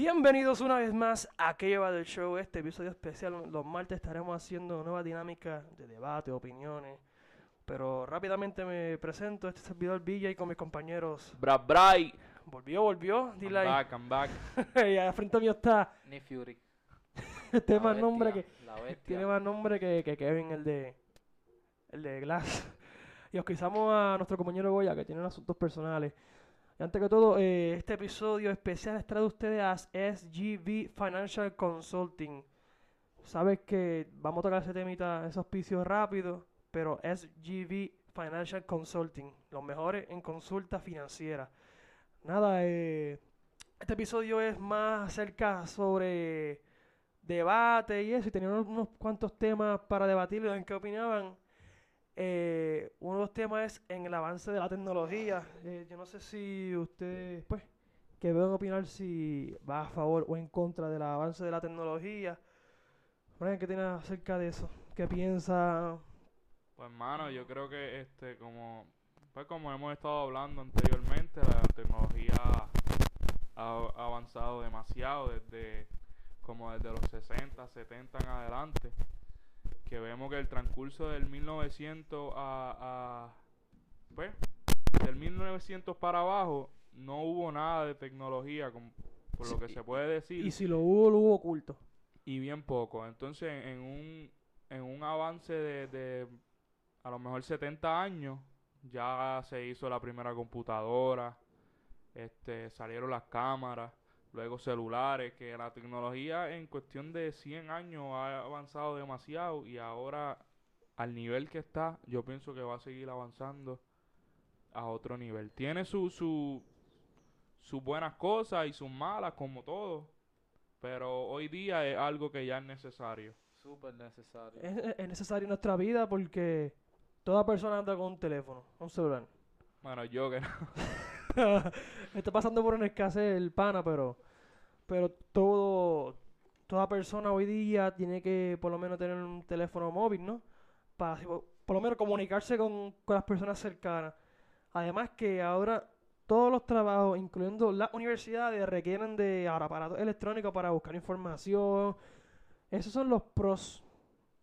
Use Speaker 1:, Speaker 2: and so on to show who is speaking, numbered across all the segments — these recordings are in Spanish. Speaker 1: Bienvenidos una vez más a ¿Qué lleva del show? Este episodio especial, los martes estaremos haciendo nuevas dinámicas de debate, opiniones. Pero rápidamente me presento, este servidor Villa y con mis compañeros.
Speaker 2: Bra Bray.
Speaker 1: Volvió, volvió,
Speaker 2: I'm
Speaker 1: dile ahí.
Speaker 2: back, I'm back.
Speaker 1: y al frente mío está,
Speaker 3: Nick Fury.
Speaker 1: este
Speaker 3: la
Speaker 1: más
Speaker 3: bestia,
Speaker 1: nombre que,
Speaker 3: La bestia.
Speaker 1: tiene más nombre que, que Kevin, el de, el de Glass. Y osquizamos a nuestro compañero Goya, que tiene unos asuntos personales. Y antes que todo, eh, este episodio especial es traído a ustedes a SGB Financial Consulting. Sabes que vamos a tocar ese temita, esos auspicios rápido, pero SGB Financial Consulting, los mejores en consulta financiera. Nada, eh, este episodio es más acerca sobre debate y eso, y tenían unos, unos cuantos temas para debatir en qué opinaban. Eh, uno de los temas es en el avance de la tecnología. Eh, yo no sé si ustedes, pues, que pueden opinar si va a favor o en contra del avance de la tecnología. Brian, ¿qué tienes acerca de eso? ¿Qué piensa?
Speaker 2: Pues hermano, yo creo que este como pues como hemos estado hablando anteriormente, la tecnología ha ha avanzado demasiado desde como desde los 60, 70 en adelante, que vemos que el transcurso del 1900 a, a pues del 1900 para abajo no hubo nada de tecnología como- por lo
Speaker 1: Sí,
Speaker 2: que
Speaker 1: y-
Speaker 2: se puede decir.
Speaker 1: Y si lo hubo, lo hubo oculto.
Speaker 2: y bien poco. Entonces, en un, en un avance de, de a lo mejor 70 años, ya se hizo la primera computadora, este, salieron las cámaras, luego celulares, que la tecnología en cuestión de 100 años ha avanzado demasiado y ahora al nivel que está, yo pienso que va a seguir avanzando a otro nivel. Tiene su, su, sus buenas cosas y sus malas, como todo. Pero hoy día es algo que ya es necesario.
Speaker 3: Súper necesario.
Speaker 1: Es, es necesario en nuestra vida porque toda persona anda con un teléfono, un celular.
Speaker 2: Bueno, yo que no.
Speaker 1: Está pasando por una escasez el pana, pero, pero todo, toda persona hoy día tiene que por lo menos tener un teléfono móvil, ¿no? Para así po- por lo menos comunicarse con, con las personas cercanas. Además que ahora todos los trabajos, incluyendo las universidades, requieren de ahora, aparatos electrónicos para buscar información. Esos son los pros.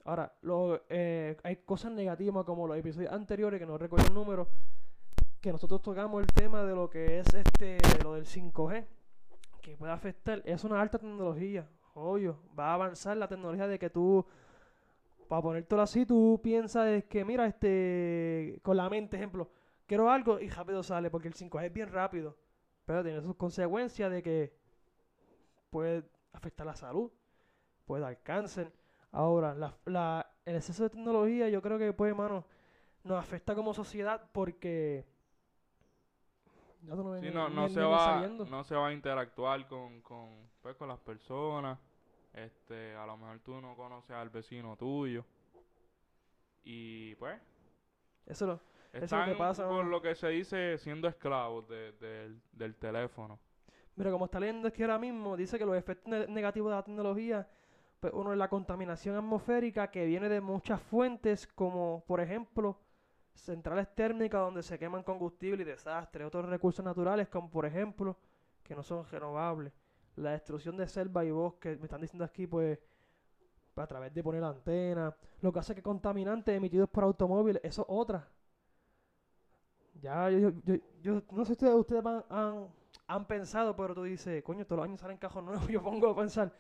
Speaker 1: Ahora, lo- eh, hay cosas negativas como los episodios anteriores, que no recuerdo el número, que nosotros tocamos el tema de lo que es este lo del 5G que puede afectar es una alta tecnología obvio va a avanzar la tecnología de que tú para ponértelo así tú piensas de que mira este con la mente ejemplo quiero algo y rápido sale porque el 5G es bien rápido pero tiene sus consecuencias de que puede afectar la salud puede dar cáncer ahora la, la- el exceso de tecnología yo creo que pues mano nos afecta como sociedad porque Ya tú no ves
Speaker 2: Sí,
Speaker 1: ni-
Speaker 2: no,
Speaker 1: ni-
Speaker 2: no
Speaker 1: ni-
Speaker 2: se
Speaker 1: ni
Speaker 2: va,
Speaker 1: saliendo.
Speaker 2: no se va a interactuar con, con, pues, con las personas. Este, a lo mejor tú no conoces al vecino tuyo. Y pues,
Speaker 1: Eso lo- es lo
Speaker 2: están
Speaker 1: que pasa,
Speaker 2: por
Speaker 1: ¿no?
Speaker 2: lo que se dice siendo esclavos de- del- del teléfono.
Speaker 1: Mira, como está leyendo aquí ahora mismo, dice que los efectos ne- negativos de la tecnología, pues uno es la contaminación atmosférica que viene de muchas fuentes, como por ejemplo centrales térmicas donde se queman combustible y desastres, otros recursos naturales como por ejemplo que no son renovables, la destrucción de selva y bosques, me están diciendo aquí pues a través de poner antenas, lo que hace que contaminantes emitidos por automóviles, eso es otra. Ya, yo, yo- yo- yo no sé si ustedes, ustedes van, han, han pensado, pero tú dices, coño, todos los años salen cajos nuevos. Yo pongo a pensar,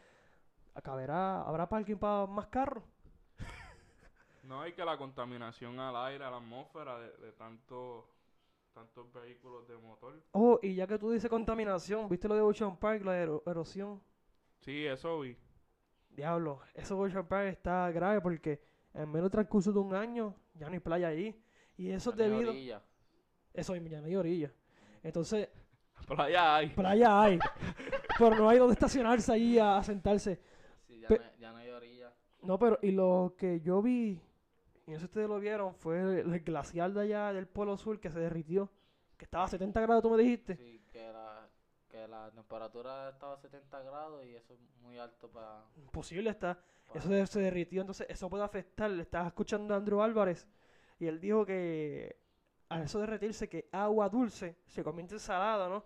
Speaker 1: ¿acabará, ¿habrá parking para más carros?
Speaker 2: No hay que la contaminación al aire, a la atmósfera de, de tanto- tantos vehículos de motor.
Speaker 1: Oh, y ya que tú dices contaminación, ¿viste lo de Ocean Park, la ero- erosión?
Speaker 2: Sí, eso vi.
Speaker 1: Diablo, eso de Ocean Park está grave porque en menos del transcurso de un año ya no hay playa allí. Y eso es
Speaker 3: Ya ni
Speaker 1: debido.
Speaker 3: orilla.
Speaker 1: Eso, ya no hay orilla. Entonces,
Speaker 2: Playa hay.
Speaker 1: playa hay, pero no hay donde estacionarse allí a- a sentarse.
Speaker 3: Sí, ya,
Speaker 1: Pe-
Speaker 3: no, hay- ya no hay orilla.
Speaker 1: No, pero y lo que yo vi, y no sé si ustedes lo vieron, fue el, el glaciar de allá del Polo Sur que se derritió, que estaba a 70 grados, tú me dijiste.
Speaker 3: Sí, que la, que la temperatura estaba a 70 grados y eso es muy alto para...
Speaker 1: Imposible está. Eso se, se derritió, entonces eso puede afectar. Le estaba escuchando a Andrew Álvarez y él dijo que al eso derretirse, que agua dulce se convierte en salada, ¿no?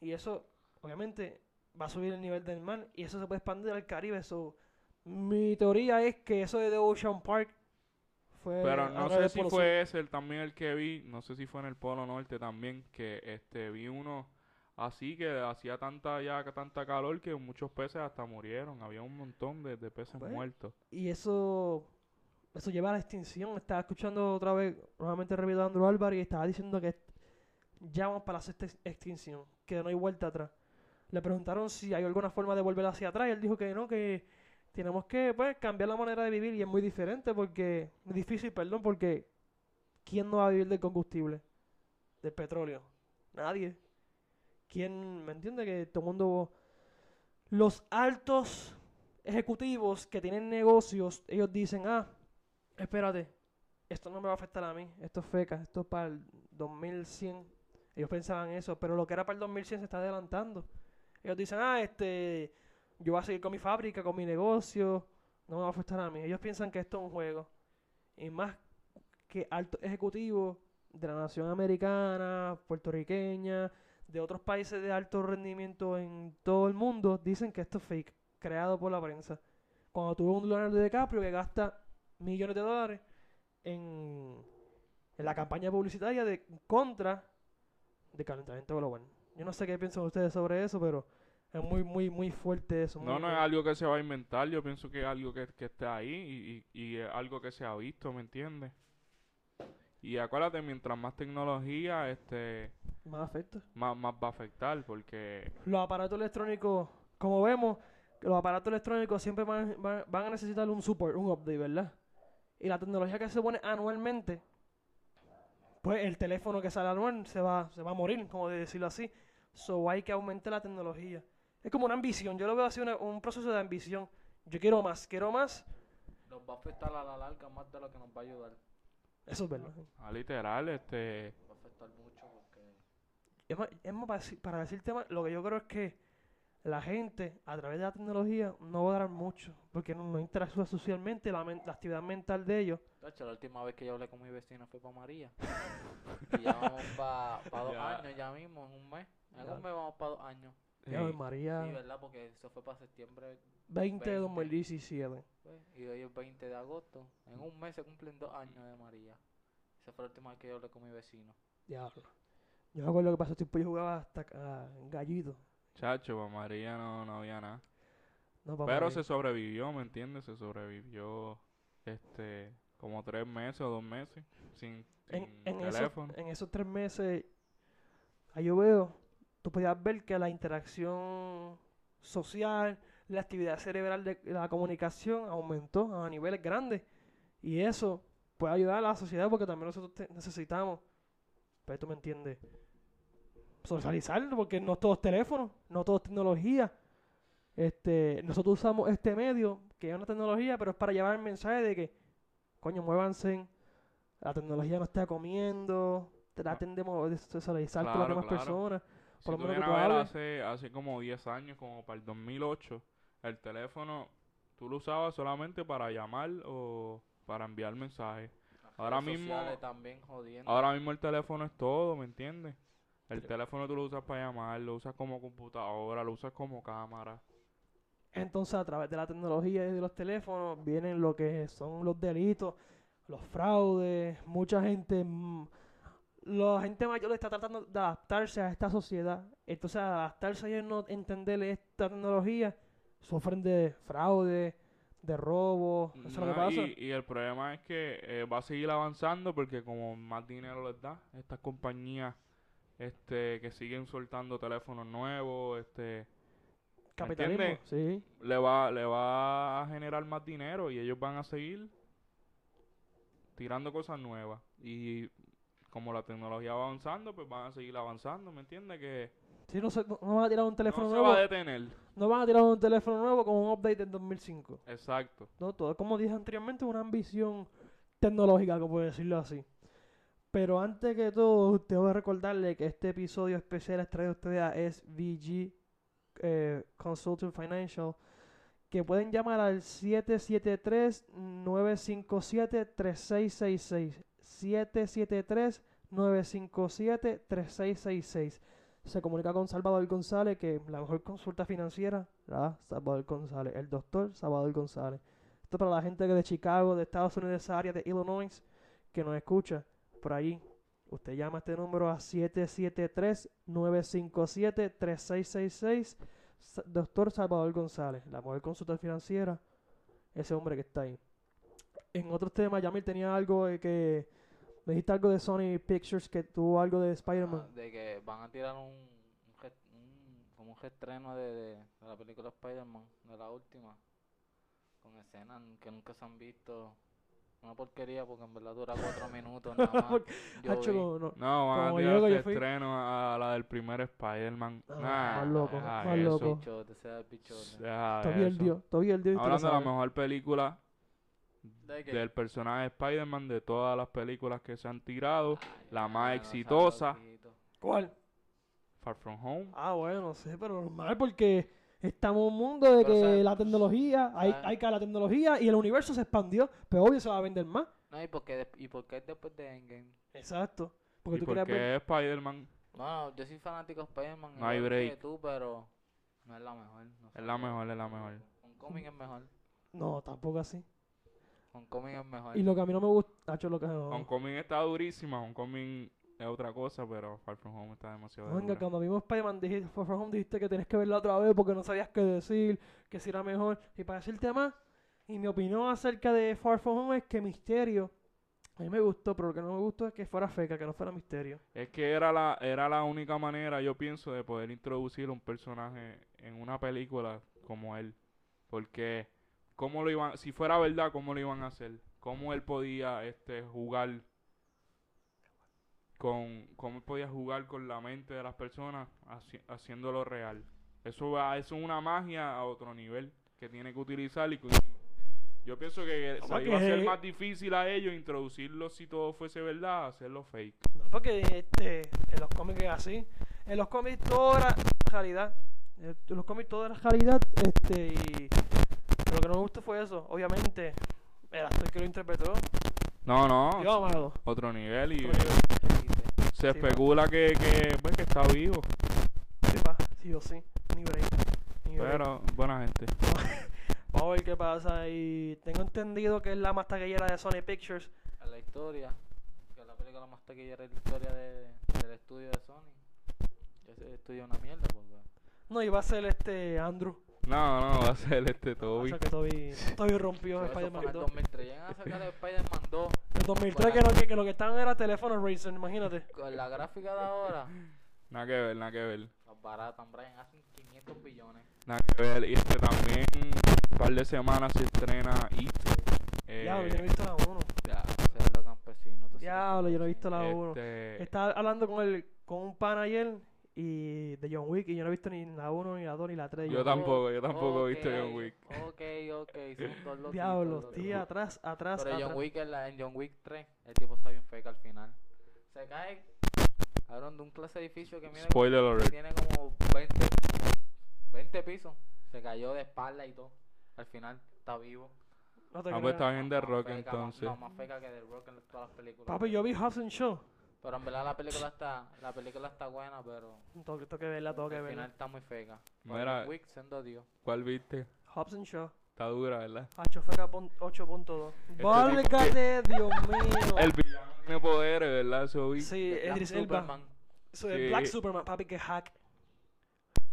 Speaker 1: Y eso, obviamente, va a subir el nivel del mar y eso se puede expandir al Caribe. So, mi teoría es que eso de The Ocean Park fue.
Speaker 2: Pero
Speaker 1: ahora
Speaker 2: no sé
Speaker 1: del
Speaker 2: si
Speaker 1: Polo Sur.
Speaker 2: fue ese el, también el que vi, no sé si fue en el Polo Norte también, que este vi uno así que hacía tanta ya que tanta calor que muchos peces hasta murieron, había un montón de, de peces
Speaker 1: Bueno.
Speaker 2: muertos.
Speaker 1: Y eso, eso lleva a la extinción. Estaba escuchando otra vez, nuevamente repito a Andrew Álvarez, y estaba diciendo que ya vamos para la sexta ex- extinción, que no hay vuelta atrás. Le preguntaron si hay alguna forma de volver hacia atrás y él dijo que no, que tenemos que pues, cambiar la manera de vivir y es muy diferente porque, muy difícil, perdón, porque ¿quién no va a vivir del combustible, del petróleo? Nadie. ¿Quién, me entiende? Que todo el mundo, los altos ejecutivos que tienen negocios, ellos dicen, ah, espérate, esto no me va a afectar a mí, esto es feca, esto es para el 2100. Ellos pensaban eso, pero lo que era para el 2100 se está adelantando. Ellos dicen, ah, este, yo voy a seguir con mi fábrica, con mi negocio, no me va a afectar a mí. Ellos piensan que esto es un juego. Y más que altos ejecutivos de la nación americana, puertorriqueña, de otros países de alto rendimiento en todo el mundo, dicen que esto es fake creado por la prensa. Cuando tuve un Leonardo DiCaprio que gasta millones de dólares en, en la campaña publicitaria de contra de calentamiento global. Yo no sé qué piensan ustedes sobre eso, pero es muy, muy, muy fuerte eso.
Speaker 2: No,
Speaker 1: muy
Speaker 2: no es
Speaker 1: fuerte.
Speaker 2: algo que se va a inventar, yo pienso que es algo que, que está ahí y, y- y es algo que se ha visto, ¿me entiendes? Y acuérdate, mientras más tecnología, este,
Speaker 1: Más afecta.
Speaker 2: más, más va a afectar, porque
Speaker 1: Los aparatos electrónicos, como vemos, los aparatos electrónicos siempre van, van- van a necesitar un support, un update, ¿verdad? Y la tecnología que se pone anualmente, pues el teléfono que sale anual se va, se va a morir, como de decirlo así. So hay que aumentar la tecnología. Es como una ambición, yo lo veo así, una- un proceso de ambición. Yo quiero más, quiero más.
Speaker 3: Nos va a afectar a la larga más de lo que nos va a ayudar.
Speaker 1: Eso es verdad.
Speaker 2: ah, literal, este,
Speaker 3: Va a afectar mucho porque
Speaker 1: Es más, es más para, deci- para decirte más, lo que yo creo es que la gente, a través de la tecnología, no va a durar mucho, porque no, no interactúa socialmente, la, men- la actividad mental de ellos.
Speaker 3: Tacho, la última vez que yo hablé con mi vecina fue para María. y ya vamos para dos
Speaker 2: Ya.
Speaker 3: años ya mismo, en un mes. En
Speaker 1: Ya.
Speaker 3: un mes vamos para dos años.
Speaker 1: Ya,
Speaker 2: eh,
Speaker 1: María,
Speaker 3: Sí, ¿verdad? Porque eso fue para septiembre
Speaker 1: 20 de
Speaker 3: 20.
Speaker 1: 2017.
Speaker 3: pues, y hoy es 20 de agosto. En un mes se cumplen dos años de María. Esa fue la última vez que yo hablé con mi vecino.
Speaker 1: Diablo. Yo me acuerdo que pasó tiempo, yo jugaba hasta ah, gallito.
Speaker 2: chacho, pa' María no, no había nada.
Speaker 1: No, papá,
Speaker 2: Pero
Speaker 1: ahí.
Speaker 2: se sobrevivió, ¿me entiendes? Se sobrevivió este como tres meses o dos meses sin,
Speaker 1: en,
Speaker 2: sin
Speaker 1: en eh, esos,
Speaker 2: teléfono.
Speaker 1: en esos tres meses, ahí yo veo, tú podías ver que la interacción social, la actividad cerebral de la comunicación aumentó a niveles grandes. Y eso puede ayudar a la sociedad porque también nosotros te- necesitamos, pero tú me entiendes, socializar, porque no todos teléfonos, no todos tecnología. Este, nosotros usamos este medio, que es una tecnología, pero es para llevar el mensaje de que, coño, muévanse, la tecnología no está comiendo, traten de, mo- de socializar con las
Speaker 2: Ah. Claro,
Speaker 1: demás
Speaker 2: claro.
Speaker 1: personas.
Speaker 2: Si
Speaker 1: por lo
Speaker 2: tú
Speaker 1: menos que
Speaker 2: vienes
Speaker 1: tú
Speaker 2: a ver,
Speaker 1: hables.
Speaker 2: hace, hace como 10 años, como para el 2008, el teléfono tú lo usabas solamente para llamar o para enviar mensajes.
Speaker 3: Las
Speaker 2: Ahora
Speaker 3: redes
Speaker 2: mismo-
Speaker 3: sociales también jodiendo.
Speaker 2: Ahora mismo el teléfono es todo, ¿me entiendes? El teléfono tú lo usas para llamar, lo usas como computadora, lo usas como cámara.
Speaker 1: Entonces, a través de la tecnología y de los teléfonos vienen lo que son los delitos, los fraudes, mucha gente, mm, la gente mayor está tratando de adaptarse a esta sociedad. Entonces, al adaptarse y no entender esta tecnología, sufren de fraude, de robo, eso es lo que
Speaker 2: No,
Speaker 1: pasa.
Speaker 2: Y, y el problema es que eh, va a seguir avanzando porque como más dinero les da, estas compañías este, que siguen soltando teléfonos nuevos, este,
Speaker 1: Capitalismo,
Speaker 2: entiendes?
Speaker 1: sí.
Speaker 2: le va, le va a generar más dinero y ellos van a seguir tirando cosas nuevas. Y como la tecnología va avanzando, pues van a seguir avanzando, ¿me entiendes? Que
Speaker 1: Sí, no, se- no- no van a tirar un teléfono
Speaker 2: no se
Speaker 1: nuevo,
Speaker 2: va a detener.
Speaker 1: no van a tirar un teléfono nuevo con un update del 2005.
Speaker 2: Exacto.
Speaker 1: No, todo, como dije anteriormente, una ambición tecnológica, como decirlo así. Pero antes que todo, tengo que recordarle que este episodio especial es traído a ustedes a SVG eh, Consulting Financial, que pueden llamar al 773-957-3666. 773-957-3666. se comunica con Salvador González que la mejor consulta financiera la da Salvador González, el doctor Salvador González. Esto es para la gente que de Chicago, de Estados Unidos, de esa área de Illinois, que nos escucha por ahí. Usted llama a este número a 773-957-3666. Sa- Doctor Salvador González, la mujer consulta financiera, ese hombre que está ahí. En otros temas, Yamil tenía algo de que. Me dijiste algo de Sony Pictures que tuvo algo de Spider-Man.
Speaker 3: Ah, de que van a tirar un, un re- un- como un reestreno de, de, de la película Spider-Man, de la última, con escenas que nunca se han visto. Una porquería porque en verdad dura cuatro minutos nada más. Yo
Speaker 1: Hacho,
Speaker 3: vi.
Speaker 1: como no-
Speaker 2: No, van a
Speaker 1: Como
Speaker 2: tirar
Speaker 1: yo, que yo
Speaker 2: ese
Speaker 1: fui-
Speaker 2: estreno a la del primer Spider-Man.
Speaker 1: Ah,
Speaker 2: Nah,
Speaker 1: más loco,
Speaker 2: deja
Speaker 1: más
Speaker 2: eso.
Speaker 1: loco.
Speaker 3: Bichote, sea bichote.
Speaker 2: Deja
Speaker 1: Todavía el
Speaker 2: Ah, eso.
Speaker 1: Dios, todavía el Dios. y tú lo
Speaker 2: Hablando de la
Speaker 1: sabes.
Speaker 2: mejor película
Speaker 3: ¿De qué?
Speaker 2: del personaje de Spider-Man, de todas las películas que se han tirado, la más
Speaker 3: Ah,
Speaker 2: exitosa,
Speaker 3: sabrosito.
Speaker 1: ¿Cuál?
Speaker 2: Far From Home.
Speaker 1: Ah, bueno, sí, pero normal porque estamos en un mundo de
Speaker 3: Pero,
Speaker 1: que
Speaker 3: ¿sabes?
Speaker 1: la tecnología, hay,
Speaker 3: ¿Sabes?
Speaker 1: hay que la tecnología y el universo se expandió, pero obvio se va a vender más.
Speaker 3: No, ¿y por, qué, des- ¿y por qué después de Endgame?
Speaker 1: Exacto. Porque
Speaker 2: ¿Y
Speaker 1: tú
Speaker 2: por
Speaker 1: querías ver.
Speaker 2: qué Spider-man
Speaker 3: No, yo soy fanático de Spider-Man.
Speaker 2: No hay
Speaker 3: igual que
Speaker 2: break.
Speaker 3: tú, pero no es la mejor. no sé
Speaker 2: Es la
Speaker 3: por qué.
Speaker 2: mejor, es la mejor.
Speaker 3: Homecoming es mejor.
Speaker 1: No, tampoco así.
Speaker 3: Homecoming es mejor.
Speaker 1: Y lo que a mí no me gusta, Nacho, lo que no.
Speaker 2: Homecoming está durísima, Homecoming es otra cosa, pero Far From Home está demasiado
Speaker 1: Venga,
Speaker 2: dura.
Speaker 1: cuando vimos Spider-Man, dijiste, For From Home, dijiste que tenías que verla otra vez porque no sabías qué decir, que si era mejor. Y para decirte más, y mi opinión acerca de Far From Home es que Misterio, a mí me gustó, pero lo que no me gustó es que fuera feca, que no fuera Misterio.
Speaker 2: Es que era la, era la única manera, yo pienso, de poder introducir un personaje en una película como él. Porque, ¿cómo lo iban, si fuera verdad, cómo lo iban a hacer? ¿Cómo él podía este, jugar con, cómo él podía jugar con la mente de las personas haci- haciéndolo real? Eso, va, eso es una magia a otro nivel que tiene que utilizar y que- yo pienso que se
Speaker 1: Papá,
Speaker 2: le iba a ser
Speaker 1: que-
Speaker 2: más difícil a ellos introducirlo si todo fuese verdad, a hacerlo fake.
Speaker 1: No, porque este, en los cómics es así. En los cómics todo era realidad. En los cómics todo era realidad. Este, y lo que no me gustó fue eso. Obviamente, el actor que lo interpretó.
Speaker 2: No, no.
Speaker 1: Dios amado.
Speaker 2: Otro nivel y
Speaker 1: Otro
Speaker 2: eh,
Speaker 3: Existe.
Speaker 2: se
Speaker 1: sí,
Speaker 2: especula que, que, pues, que está vivo.
Speaker 1: Sí, pa, sí o sí. Ni break. Ni break.
Speaker 2: Pero buena gente.
Speaker 1: Vamos a ver qué pasa. Y tengo entendido que es la más taquillera de Sony Pictures.
Speaker 3: a la historia, que la película más taquillera es la historia de, del estudio de Sony. Yo ese estudio es una mierda, pues, porque
Speaker 1: No, y va a ser este Andrew.
Speaker 2: No, no, va a ser este
Speaker 1: O
Speaker 2: Toby.
Speaker 1: sea que Toby, Toby rompió
Speaker 3: eso fue en
Speaker 1: Spider-Man
Speaker 3: el
Speaker 1: 2.
Speaker 3: 2003. Llegan a sacar el Spider-Man 2
Speaker 1: En 2003 que lo que, que lo que estaban era teléfonos Razer, imagínate.
Speaker 3: con la gráfica de ahora.
Speaker 2: Nada que ver, nada que ver.
Speaker 3: Los baratan, Brian, hacen 500 billones.
Speaker 2: Nada que ver. Y este también, un par de semanas se estrena It. Eh,
Speaker 1: Diablo, yo no he visto la 1.
Speaker 3: Ya, ser lo campesino. tú sí eres
Speaker 1: Diablo, yo no he visto la 1.
Speaker 2: este,
Speaker 1: Estaba hablando con el, con un pan ayer y de John Wick y yo no he visto ni la 1, ni la 2, ni la 3.
Speaker 2: Yo tampoco, yo tampoco he visto
Speaker 3: Ok,
Speaker 2: John Wick.
Speaker 3: Ok, ok, son dos loquitos.
Speaker 1: Diablos,
Speaker 3: los
Speaker 1: tía,
Speaker 3: dos.
Speaker 1: atrás, atrás,
Speaker 3: Pero
Speaker 1: atrás.
Speaker 3: John Wick en, la- en John Wick 3, el tipo está bien fake al final. Se cae, cabrón, de un clase de edificio que mira
Speaker 2: Spoiler alert.
Speaker 3: tiene como 20, 20 pisos. Se cayó de espalda y todo. Al final está vivo.
Speaker 1: No te
Speaker 2: Ah, pues
Speaker 1: creas.
Speaker 2: está bien de
Speaker 3: Más
Speaker 2: Rock
Speaker 3: feca, más-
Speaker 2: entonces.
Speaker 3: No, más feca que de Rock en todas las películas.
Speaker 1: Papi, yo vi Hudson Show.
Speaker 3: Pero en verdad la película está, la película está buena, pero
Speaker 1: Tengo, tengo que verla, tengo que
Speaker 3: al final
Speaker 1: verla.
Speaker 3: está muy feca.
Speaker 2: Mira,
Speaker 3: Wick siendo Dios.
Speaker 2: ¿cuál viste?
Speaker 1: Hudson Show.
Speaker 2: Está dura, ¿verdad?
Speaker 1: Hacho, feca pon- 8.2.
Speaker 2: tipo-
Speaker 1: Válgate, Dios mío.
Speaker 2: El villano tiene poderes, ¿verdad? Zoe?
Speaker 1: Sí,
Speaker 3: The Black
Speaker 1: Idris Elba.
Speaker 3: Superman.
Speaker 1: So, el
Speaker 2: Sí.
Speaker 1: Black Superman, papi, que hack.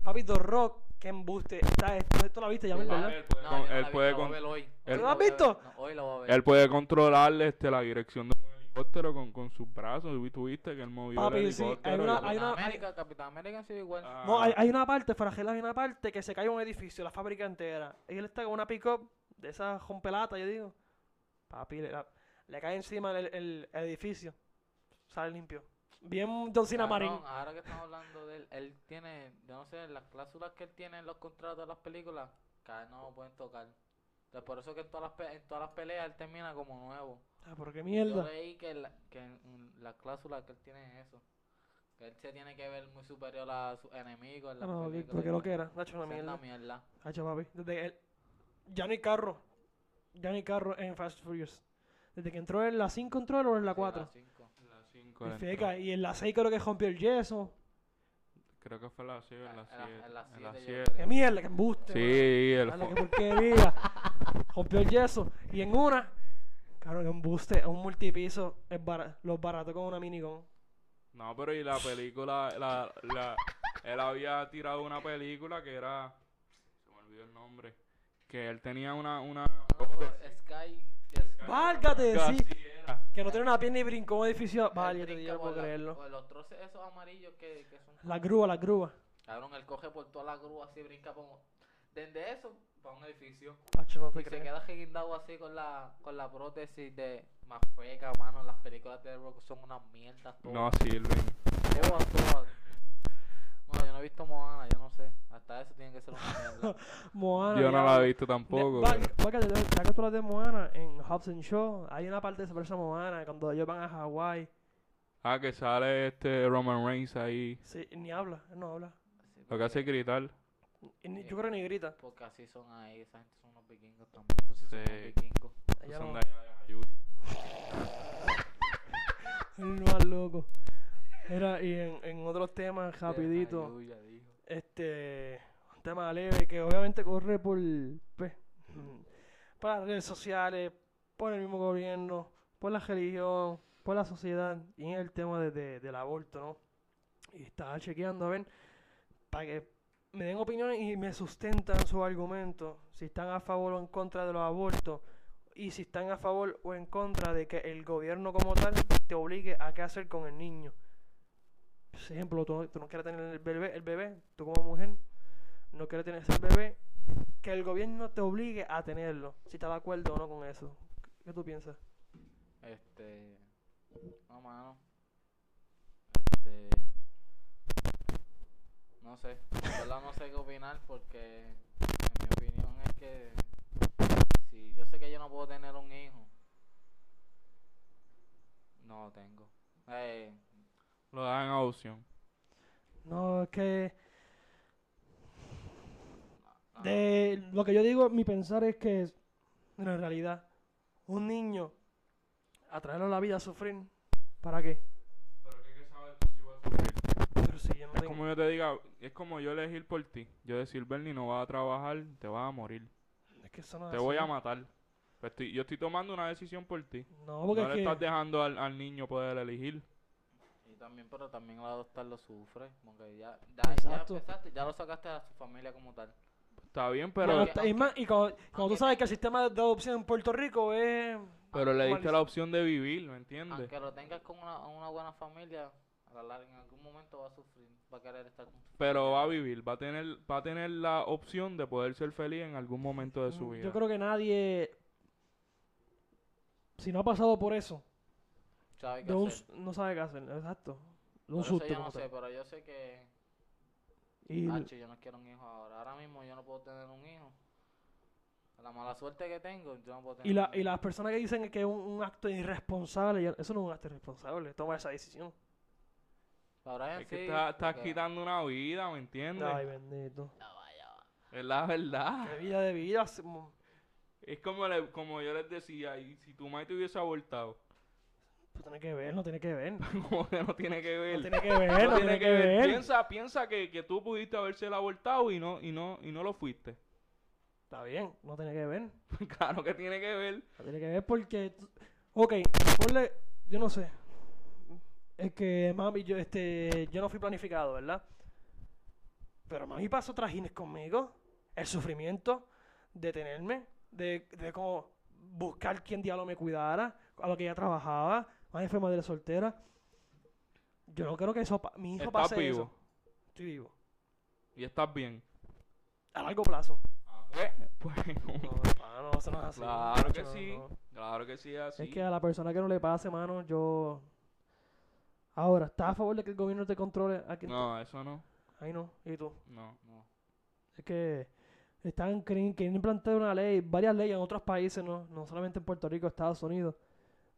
Speaker 1: Papi, The Rock, que embuste. Está, esto, esto lo viste ya,
Speaker 3: Sí,
Speaker 1: ¿verdad?
Speaker 2: Él puede, con-
Speaker 3: No, yo no la
Speaker 2: él
Speaker 3: vi,
Speaker 2: puede
Speaker 3: la voy a
Speaker 2: con-
Speaker 3: ver hoy.
Speaker 2: él-
Speaker 3: Hoy
Speaker 1: ¿Tú
Speaker 3: la
Speaker 1: has
Speaker 3: voy a
Speaker 1: visto?
Speaker 3: ver. No, hoy la voy a ver.
Speaker 2: Él puede controlar este, la dirección de un helicóptero con, con sus brazos. Tú tuviste que él movió
Speaker 1: Papi,
Speaker 2: el
Speaker 1: sí,
Speaker 2: helicóptero.
Speaker 1: hay una-
Speaker 2: y-
Speaker 1: hay
Speaker 3: Capitán
Speaker 1: una-
Speaker 3: América, Capitán América sí igual.
Speaker 2: Ah,
Speaker 1: No, hay, hay una parte, Fragela, hay una parte que se cae un edificio, la fábrica entera. Y él está con una pick-up de esas jompelata, yo digo. Papi, le, la- le cae encima el, el edificio. Sale limpio. Bien John Cena
Speaker 3: Cabrón,
Speaker 1: Marín.
Speaker 3: Ahora que estamos hablando de él, él tiene, yo no sé, las cláusulas que él tiene en los contratos de las películas, cada no lo pueden tocar. Entonces, por eso que en todas las, pe- en todas las peleas él termina como nuevo.
Speaker 1: Ah, pero qué
Speaker 3: Yo
Speaker 1: mierda.
Speaker 3: leí que, la, que en- en las cláusulas que él tiene es eso. Que él se tiene que ver muy superior a sus enemigos. En las
Speaker 1: No,
Speaker 3: películas
Speaker 1: pero
Speaker 3: y
Speaker 1: que Ah, lo
Speaker 3: todo.
Speaker 1: que era. Nacho, una
Speaker 3: Esa es la
Speaker 1: mierda.
Speaker 3: mierda.
Speaker 1: Hacho, papi. Desde el... Ya no hay carro. Ya no hay carro en Fast Furious. Desde que entró en la 5 entró o en la
Speaker 3: Sí, ah,
Speaker 1: 4.
Speaker 3: cinco.
Speaker 2: la cinco
Speaker 1: Y
Speaker 2: dentro.
Speaker 1: feca, y en la 6 creo que rompió el yeso.
Speaker 2: Creo que fue la 7,
Speaker 3: En
Speaker 2: en la
Speaker 3: la- en la
Speaker 2: 7. En la
Speaker 3: siete yo
Speaker 2: 7.
Speaker 1: ¡Qué mierda, qué embuste! mano!
Speaker 2: Sí, el
Speaker 1: Dale, qué
Speaker 2: fo-
Speaker 1: porquería! Rompió el yeso. Y en una, cabrón, qué embuste. Un multipiso es bara- los barato con una minicon.
Speaker 2: No, pero y la película, la, la, él había tirado una película que era, se me olvidó el nombre, que él tenía una, una, Pues,
Speaker 3: Sky. Sky.
Speaker 1: ¡Válgate!
Speaker 2: así
Speaker 1: Sí,
Speaker 2: era.
Speaker 1: que no tiene una pierna y brincó un edificio.
Speaker 3: Él
Speaker 1: Vale, yo te
Speaker 3: brinca
Speaker 1: digo, no
Speaker 3: por
Speaker 1: puedo
Speaker 3: la-
Speaker 1: creerlo.
Speaker 3: por los troces esos amarillos que, que son.
Speaker 1: La grúa, la grúa.
Speaker 3: Cabrón, él coge por toda la grúa así, brinca por. Desde eso, para un edificio.
Speaker 1: Hacho, no te
Speaker 3: Y se
Speaker 1: creo.
Speaker 3: queda guindado así con la, con la prótesis de más feca, mano. Las películas de Rock son unas mierdas. todas.
Speaker 2: No sirven.
Speaker 3: Qué guapo, guapo. Bueno, yo no he visto Moana, yo no sé. Hasta eso tiene que ser una mierda.
Speaker 1: Moana.
Speaker 2: Yo no la he
Speaker 1: diablo.
Speaker 2: visto tampoco.
Speaker 1: De-
Speaker 2: pero-
Speaker 1: Válgate, válgate, ya que tú hablas de Moana, en Hobbs and Shaw hay una parte de esa persona Moana cuando ellos van a Hawái.
Speaker 2: Ah, que sale este Roman Reigns ahí.
Speaker 1: Sí, ni habla, él no habla.
Speaker 3: Así
Speaker 2: Lo que hace es gritar.
Speaker 1: Y ni- yo creo que ni grita.
Speaker 3: Porque así son ahí, esa gente son unos vikingos también. Esos sí son unos
Speaker 2: Sí.
Speaker 3: vikingos.
Speaker 1: Ella
Speaker 2: Son
Speaker 1: no-
Speaker 2: de allá de Jayuya.
Speaker 1: el más loco. Era, y en, en otros temas,
Speaker 3: De
Speaker 1: rapidito,
Speaker 3: Jayuya, dijo.
Speaker 1: este, un tema leve que obviamente corre por, pues, mm, por las redes sociales, por el mismo gobierno, por la religión, por la sociedad, y en el tema de, de- del aborto, ¿no? Y estaba chequeando, a ver, para que me den opiniones y me sustentan sus argumentos, si están a favor o en contra de los abortos, y si están a favor o en contra de que el gobierno como tal te obligue a qué hacer con el niño. Por ejemplo, tú, no- tú no quieres tener el bebé, el bebé, tú como mujer, no quieres tener ese bebé, que el gobierno te obligue a tenerlo, si estás de acuerdo o no con eso. ¿Qué tú piensas?
Speaker 3: Este. No, mano. Este. No sé. En verdad no sé qué opinar porque. En mi opinión es que. Si yo sé que yo no puedo tener un hijo. No lo tengo. Eh,
Speaker 2: Lo dan a opción.
Speaker 1: No, es que
Speaker 2: Ah.
Speaker 3: no,
Speaker 1: de lo que yo digo, mi pensar es que, es- bueno, en realidad, un niño, atraerlo a la vida a sufrir, ¿para qué?
Speaker 2: Pero ¿qué, sabes tú si vas a sufrir?
Speaker 1: Pero si yo no
Speaker 2: Es
Speaker 1: tengo-
Speaker 2: como yo te diga, es como yo elegir por ti. Yo decir, Bernie, no vas a trabajar, te vas a morir.
Speaker 1: es que eso no es
Speaker 2: Te voy
Speaker 1: así.
Speaker 2: a matar. Pero estoy- yo estoy tomando una decisión por ti.
Speaker 1: No, porque
Speaker 2: no
Speaker 1: es
Speaker 2: le
Speaker 1: que...
Speaker 2: estás dejando al, al niño poder elegir.
Speaker 3: Y también, pero también al adoptarlo sufre. Porque ya, ya,
Speaker 1: Exacto.
Speaker 3: ya empezaste, ya lo sacaste a su familia como tal.
Speaker 2: Está bien,
Speaker 1: Bueno,
Speaker 2: pero,
Speaker 1: está- y más- y cuando, cuando tú
Speaker 3: aunque-
Speaker 1: sabes que el sistema de adopción en Puerto Rico es...
Speaker 2: pero le diste
Speaker 1: malísimo.
Speaker 2: la opción de vivir, ¿me entiendes?
Speaker 3: Aunque lo tengas con una, una buena familia, a la larga en algún momento va a sufrir, va a querer estar con su
Speaker 2: Pero va a vivir, va a tener va a tener la opción de poder ser feliz en algún momento de su
Speaker 1: Mm,
Speaker 2: vida.
Speaker 1: Yo creo que nadie, si no ha pasado por eso,
Speaker 3: sabe qué
Speaker 1: de un
Speaker 3: hacer.
Speaker 1: s- no sabe qué hacer, exacto. De un
Speaker 3: Por eso
Speaker 1: susto.
Speaker 3: yo
Speaker 1: como
Speaker 3: no sé,
Speaker 1: tal.
Speaker 3: pero yo sé que,
Speaker 1: Y l-
Speaker 3: "Acho, yo no quiero un hijo ahora. Ahora mismo yo no puedo tener un hijo. La mala suerte que tengo, yo no puedo tener
Speaker 1: y, la,
Speaker 3: un
Speaker 1: y
Speaker 3: hijo.
Speaker 1: las personas que dicen que es un, un acto irresponsable, yo- eso no es un acto irresponsable, toma esa decisión.
Speaker 3: Para Brian
Speaker 2: Es que
Speaker 3: Ah, sí,
Speaker 2: está- estás
Speaker 3: porque-
Speaker 2: quitando una vida, ¿me entiendes?
Speaker 1: Ay, bendito.
Speaker 3: Ya va, ya va.
Speaker 2: Es la verdad.
Speaker 1: Qué vida de vida. se- mo-
Speaker 2: Es como, le- como yo les decía, y si tu madre te hubiese abortado,
Speaker 1: Pues tiene que ver, no tiene que ver. No
Speaker 2: como que no tiene que ver.
Speaker 1: tiene que ver, no tiene que ver.
Speaker 2: Piensa, piensa que, que tú pudiste haberse abortado y no, y no, y no lo fuiste.
Speaker 1: Está bien, no tiene que ver. No
Speaker 2: claro que tiene que ver.
Speaker 1: tiene que ver porque... tú- Ok, ponle, yo no sé. Es que, mami, yo, este, yo no fui planificado, ¿verdad? Pero mami pasó trajines conmigo. El sufrimiento de tenerme, de, de como buscar quién diablo me cuidara, a lo que ella trabajaba. Mami fue madre soltera. Yo no creo que eso, pa- mi hijo
Speaker 2: Estás
Speaker 1: pase
Speaker 2: vivo
Speaker 1: eso. Estoy vivo.
Speaker 2: y estás bien.
Speaker 1: A largo plazo.
Speaker 2: Pues, pues,
Speaker 1: No, pa, no, eso no es así.
Speaker 2: Claro
Speaker 1: macho,
Speaker 2: que
Speaker 1: no,
Speaker 2: sí.
Speaker 1: no.
Speaker 2: Claro que sí, es así.
Speaker 1: Es que a la persona que no le pase, mano, yo. Ahora, ¿estás a favor de que el gobierno te controle? ¿A quién
Speaker 2: No, eso no.
Speaker 1: te- Ay, no. ¿Y tú?
Speaker 2: No.
Speaker 3: No.
Speaker 1: Es que están queriendo, queriendo implantar una ley, varias leyes en otros países, no, no solamente en Puerto Rico, Estados Unidos,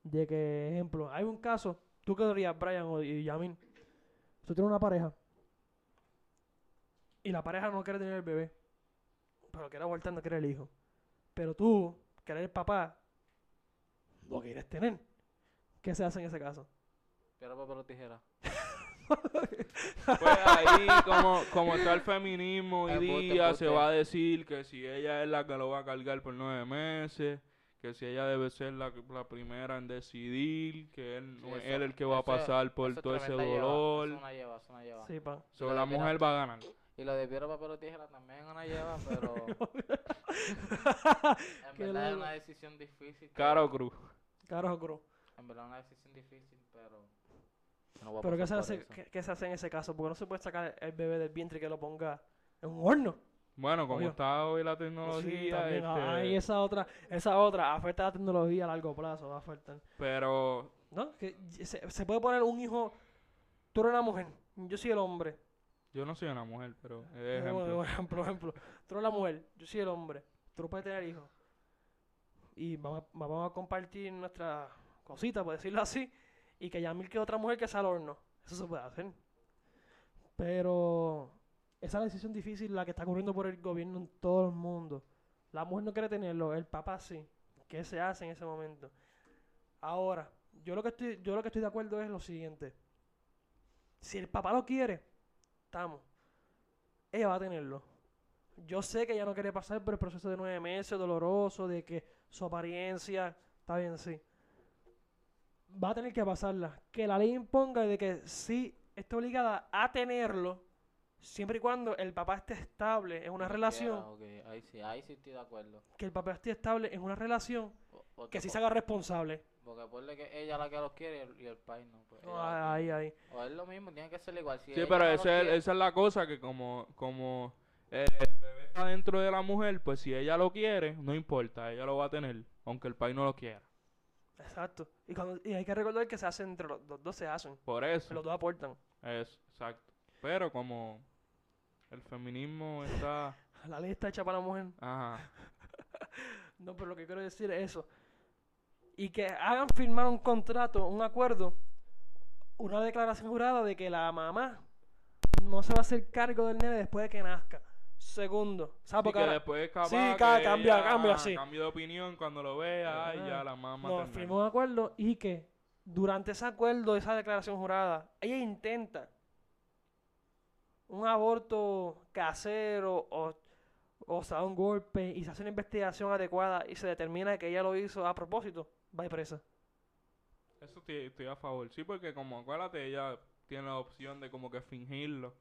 Speaker 1: de que, ejemplo, hay un caso, tú que dirías, Brian o- y Yamin, tú tienes una pareja y la pareja no quiere tener el bebé, pero quiere abortar, no quiere el hijo, pero tú, que eres el papá, lo quieres tener. ¿Qué se hace en ese caso?
Speaker 3: Piedra, papel o tijera.
Speaker 2: Pues ahí, como, como está el feminismo hoy
Speaker 3: Embuste,
Speaker 2: día, se
Speaker 3: embuste.
Speaker 2: va a decir que si ella es la que lo va a cargar por nueve meses, que si ella debe ser la, la primera en decidir, que él no
Speaker 3: Sí,
Speaker 2: es
Speaker 3: eso-
Speaker 2: él el que va a
Speaker 3: eso es-
Speaker 2: pasar por
Speaker 3: eso es
Speaker 2: todo ese
Speaker 3: tremenda lleva, eso
Speaker 2: dolor.
Speaker 3: es una lleva, eso es una lleva.
Speaker 1: Sí, pa.
Speaker 2: So,
Speaker 3: Lo
Speaker 2: la
Speaker 3: adivina-
Speaker 2: mujer va a ganar.
Speaker 3: Y lo de piedra, papel o tijera también es una lleva, pero. en
Speaker 1: Qué
Speaker 3: verdad es
Speaker 1: loco.
Speaker 3: una decisión difícil. que-
Speaker 2: Caro Cruz.
Speaker 1: Carajo, cruz.
Speaker 3: En verdad es una decisión difícil, pero. yo no voy a
Speaker 1: Pero ¿qué se,
Speaker 3: pasar por
Speaker 1: hace,
Speaker 3: eso.
Speaker 1: qué, qué se hace en ese caso? Porque no se puede sacar el bebé del vientre y que lo ponga en un horno.
Speaker 2: Bueno, como
Speaker 1: Obvio.
Speaker 2: está hoy la
Speaker 1: Sí,
Speaker 2: tecnología,
Speaker 1: también.
Speaker 2: este,
Speaker 1: Ahí esa otra, esa otra, afecta la tecnología a largo plazo, va a afectar.
Speaker 2: pero
Speaker 1: ¿No? Que se, se puede poner un hijo, tú eres la mujer, yo soy el hombre.
Speaker 2: yo no soy una mujer, pero es
Speaker 1: Eh, bueno,
Speaker 2: ejemplo.
Speaker 1: bueno, ejemplo, ejemplo. Tú eres la mujer, yo soy el hombre. Tú no puedes tener hijos. Y vamos a, vamos a compartir nuestra cosita, por decirlo así. Y que Yamil que otra mujer que sea al horno. Eso se puede hacer. Pero esa decisión difícil, la que está ocurriendo por el gobierno en todo el mundo. La mujer no quiere tenerlo, el papá sí. ¿Qué se hace en ese momento? Ahora, yo lo que estoy, yo lo que estoy de acuerdo es lo siguiente. Si el papá lo quiere, estamos ella va a tenerlo. Yo sé que ella no quiere pasar por el proceso de nueve meses, doloroso, de que su apariencia está bien, sí. Va a tener que pasarla. Que la ley imponga de que sí está obligada a tenerlo, siempre y cuando el papá esté estable en una
Speaker 3: Como
Speaker 1: relación,
Speaker 3: quiera, ok, Ahí sí, ahí sí estoy de acuerdo.
Speaker 1: que el papá esté estable en una relación,
Speaker 3: O- o-
Speaker 1: que sí
Speaker 3: o-
Speaker 1: se haga responsable.
Speaker 3: Porque ponle que ella la que los quiere y el, y el país no. pues, ella la
Speaker 1: Ahí, ahí.
Speaker 3: quiere. O es lo mismo, tiene que ser igual. Si
Speaker 2: Sí,
Speaker 3: ella
Speaker 2: pero
Speaker 3: no los
Speaker 2: ese es-
Speaker 3: quiere-
Speaker 2: esa es la cosa que como, como eh, el bebé está dentro de la mujer, pues si ella lo quiere, no importa, ella lo va a tener, aunque el país no lo quiera.
Speaker 1: Exacto. Y, cuando- y hay que recordar que se hacen entre los, los dos, se hacen.
Speaker 2: Por eso,
Speaker 1: Los dos aportan.
Speaker 2: es exacto. Pero como el feminismo está...
Speaker 1: La ley está hecha para la mujer. Ah,
Speaker 2: Ajá.
Speaker 1: No, pero lo que quiero decir es eso. Y que hagan firmar un contrato, un acuerdo, una declaración jurada de que la mamá no se va a hacer cargo del nene después de que nazca. Segundo. ¿Sabes?
Speaker 2: Sí,
Speaker 1: Porque
Speaker 2: que
Speaker 1: ahora-
Speaker 2: después capaz
Speaker 1: sí,
Speaker 2: que
Speaker 1: ca- cambia, cambia, sí.
Speaker 2: Cambio de opinión cuando lo vea, ay,
Speaker 1: Ah,
Speaker 2: ya la mamá
Speaker 1: no,
Speaker 2: también.
Speaker 1: firmó un acuerdo y que durante ese acuerdo, esa declaración jurada, ella intenta un aborto casero o, o se da un golpe y se hace una investigación adecuada y se determina que ella lo hizo a propósito, va y presa.
Speaker 2: Eso estoy, estoy a favor. Sí, porque como acuérdate, ella tiene la opción de como que fingirlo.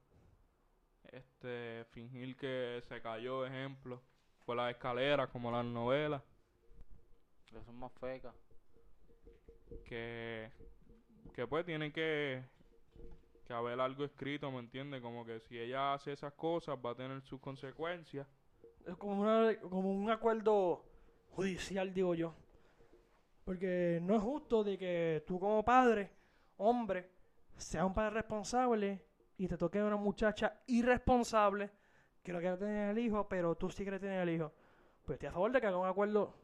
Speaker 2: Este, fingir que se cayó, ejemplo, por las escaleras, como las novelas,
Speaker 3: Que son más fecas.
Speaker 2: que, que pues tiene que, que haber algo escrito, ¿me entiendes? Como que si ella hace esas cosas va a tener sus consecuencias.
Speaker 1: Es como, una- como un acuerdo judicial, digo yo. Porque no es justo de que tú como padre, hombre, seas un padre responsable y te toque una muchacha irresponsable que no quiere tener el hijo, pero tú sí quieres tener el hijo. Pues estoy a favor de que haga un acuerdo,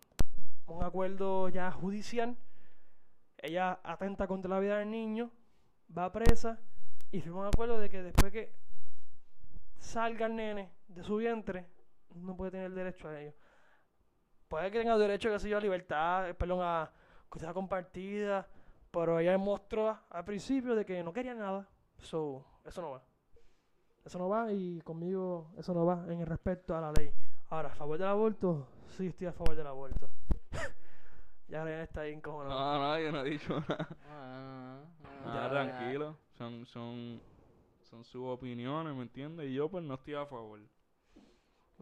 Speaker 1: un acuerdo ya judicial. Ella atenta contra la vida del niño, va presa y firma un acuerdo de que después que salga el nene de su vientre, no puede tener derecho a ello. Puede que tenga derecho, qué sé yo, a libertad, eh, perdón, a custodia compartida, pero ella mostró al principio de que no quería nada. So, eso no va. Eso no va y conmigo eso no va en el respecto a la ley. Ahora, a favor del aborto, sí estoy a favor del aborto. ya René está ahí encojonado.
Speaker 2: no, yo no he dicho nada.
Speaker 3: Ah,
Speaker 2: Ah, tranquilo. Son, son, son sus opiniones, ¿me entiendes? Y yo pues no estoy a favor.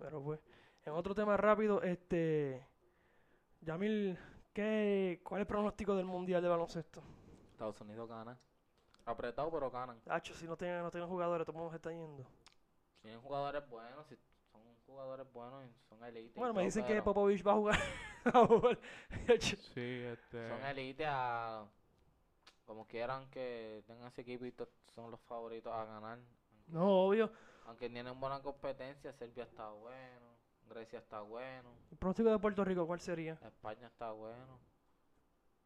Speaker 1: Pero pues, en otro tema rápido, este. Yamil, ¿qué, ¿cuál es el pronóstico del mundial de baloncesto?
Speaker 3: Estados Unidos gana. Apretado, pero ganan.
Speaker 1: Hacho, si no tienen, no tienen jugadores, todo el mundo se está yendo.
Speaker 3: Tienen jugadores buenos, si son jugadores buenos, y son elite. y
Speaker 1: Bueno, me
Speaker 3: todo,
Speaker 1: dicen que
Speaker 3: pero
Speaker 1: Popovich va a jugar. a jugar. Hacho,
Speaker 2: Sí, este...
Speaker 3: Son elite a. Como quieran que tengan ese equipo, y to- son los favoritos a ganar.
Speaker 1: no, obvio.
Speaker 3: Aunque tienen buena competencia, Serbia está bueno, Grecia está bueno.
Speaker 1: El pronóstico de Puerto Rico, ¿cuál sería?
Speaker 3: España está bueno.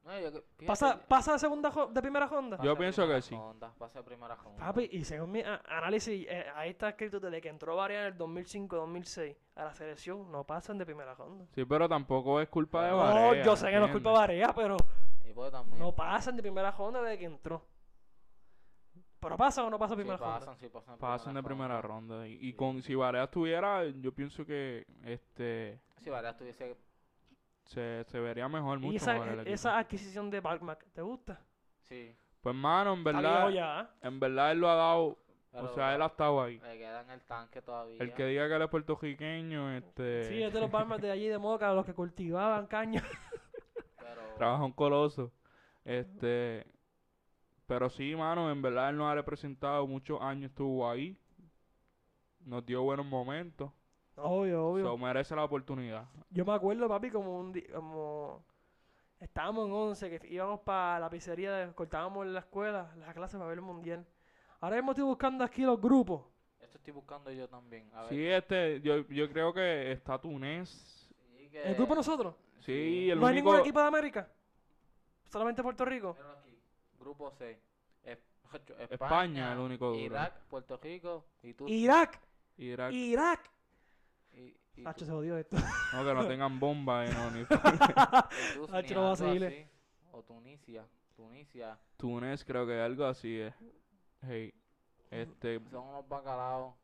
Speaker 3: No, yo que- fíjate,
Speaker 1: ¿Pasa,
Speaker 3: yo-
Speaker 1: pasa de, segunda jo- de primera ronda?
Speaker 3: pasa
Speaker 2: Yo pienso que
Speaker 3: primera
Speaker 2: sí.
Speaker 3: ronda, pasa primera ronda.
Speaker 1: Papi, y según mi a- análisis, eh, ahí está escrito desde que entró Varian en el 2005-2006 a la selección, no pasan de primera ronda.
Speaker 2: Sí, pero tampoco es culpa de
Speaker 3: No,
Speaker 2: Varea.
Speaker 1: no, yo sé que no es culpa de
Speaker 2: ¿entiendes?
Speaker 1: Varea, pero
Speaker 3: Y pues también.
Speaker 1: no pasan de primera ronda desde que entró. ¿Pero pasa o no pasa
Speaker 3: Sí,
Speaker 1: primera ronda?
Speaker 3: pasan, sí, pasan. en
Speaker 2: Pasan de
Speaker 3: ronda.
Speaker 2: primera ronda. Y, y con si Varela estuviera, yo pienso que este
Speaker 3: Si Varela tuviese
Speaker 2: se, se vería mejor
Speaker 1: Y
Speaker 2: mucho
Speaker 1: esa,
Speaker 2: mejor el equipo.
Speaker 1: esa adquisición de Balmac, ¿te gusta?
Speaker 3: Sí.
Speaker 2: Pues mano, en
Speaker 1: Está
Speaker 2: verdad,
Speaker 1: viejo ya, ¿eh?
Speaker 2: en verdad él lo ha dado,
Speaker 3: pero
Speaker 2: o sea, él ha estado ahí.
Speaker 3: Le queda en el tanque todavía.
Speaker 2: El que diga que él es puertorriqueño, este
Speaker 1: Sí, es de los Balmac de allí de Moca, los que cultivaban caña.
Speaker 3: Pero.
Speaker 2: trabaja un coloso. Este, pero sí, mano, en verdad él nos ha representado muchos años, estuvo ahí, nos dio buenos momentos,
Speaker 1: Obvio, obvio.
Speaker 2: so, merece la oportunidad.
Speaker 1: Yo me acuerdo, papi, como un di- como estábamos en 11, que íbamos para la pizzería, de- cortábamos en la escuela, las clases para ver el mundial. Ahora mismo estoy buscando aquí los grupos.
Speaker 3: Esto estoy buscando yo también. A ver.
Speaker 2: Sí, este, yo, yo creo que está Túnez.
Speaker 3: Sí, que-
Speaker 1: El grupo de nosotros.
Speaker 2: Eh, Sí, el
Speaker 1: no hay
Speaker 2: único.
Speaker 1: ningún equipo de América. Solamente Puerto Rico.
Speaker 3: Míralo aquí. Grupo 6. España,
Speaker 2: España, el único duro.
Speaker 3: Irak, Puerto Rico y tú.
Speaker 1: Irak,
Speaker 2: Irak.
Speaker 1: Irak.
Speaker 3: y- y
Speaker 1: Hacho,
Speaker 3: tú-
Speaker 1: se jodió esto.
Speaker 2: No, que no tengan bomba eh, no, ni-
Speaker 3: y Bosnia,
Speaker 1: Hacho, no va a
Speaker 3: algo
Speaker 1: seguirle.
Speaker 3: así. O Tunisia. Tunisia.
Speaker 2: Túnez creo que algo así es. Hey. Este,
Speaker 3: Son unos bacalaos.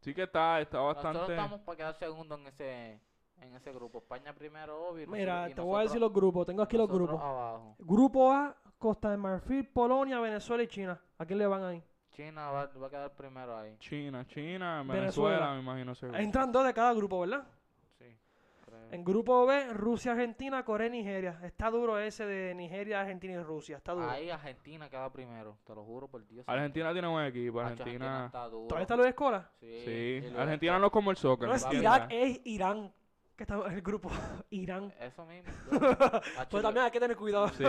Speaker 2: sí que está, está
Speaker 3: Nosotros
Speaker 2: bastante.
Speaker 3: estamos para quedar segundos en ese, en ese grupo. España primero, obvio. y nosotros-
Speaker 1: Mira,
Speaker 3: y
Speaker 1: te voy a decir
Speaker 3: nosotros-
Speaker 1: los grupos. Tengo aquí los
Speaker 3: nosotros
Speaker 1: grupos.
Speaker 3: abajo.
Speaker 1: Grupo A, Costa de Marfil, Polonia, Venezuela y China. ¿A quién le van ahí?
Speaker 3: China va, va a quedar primero ahí.
Speaker 2: China, China,
Speaker 1: Venezuela.
Speaker 2: Venezuela, me imagino. seguro.
Speaker 1: Entran dos de cada grupo, ¿verdad?
Speaker 3: Sí. creo.
Speaker 1: En grupo B, Rusia, Argentina, Corea y Nigeria. Está duro ese de Nigeria, Argentina y Rusia. Está duro.
Speaker 3: Ahí Argentina queda primero. Te lo juro por Dios.
Speaker 2: Argentina tiene buen equipo.
Speaker 3: Hacho,
Speaker 2: Argentina.
Speaker 3: Ah, está duro.
Speaker 1: ¿Todavía está Luis Escola?
Speaker 3: Sí.
Speaker 2: Sí,
Speaker 3: y lo
Speaker 2: Argentina
Speaker 3: está-
Speaker 2: no es como el soccer.
Speaker 1: No es eh.
Speaker 2: papi,
Speaker 1: Irak,
Speaker 2: ya.
Speaker 1: es Irán. Que está en el grupo. Irán.
Speaker 3: Eso mismo. Hacho,
Speaker 1: Pues también hay que tener cuidado.
Speaker 2: Sí.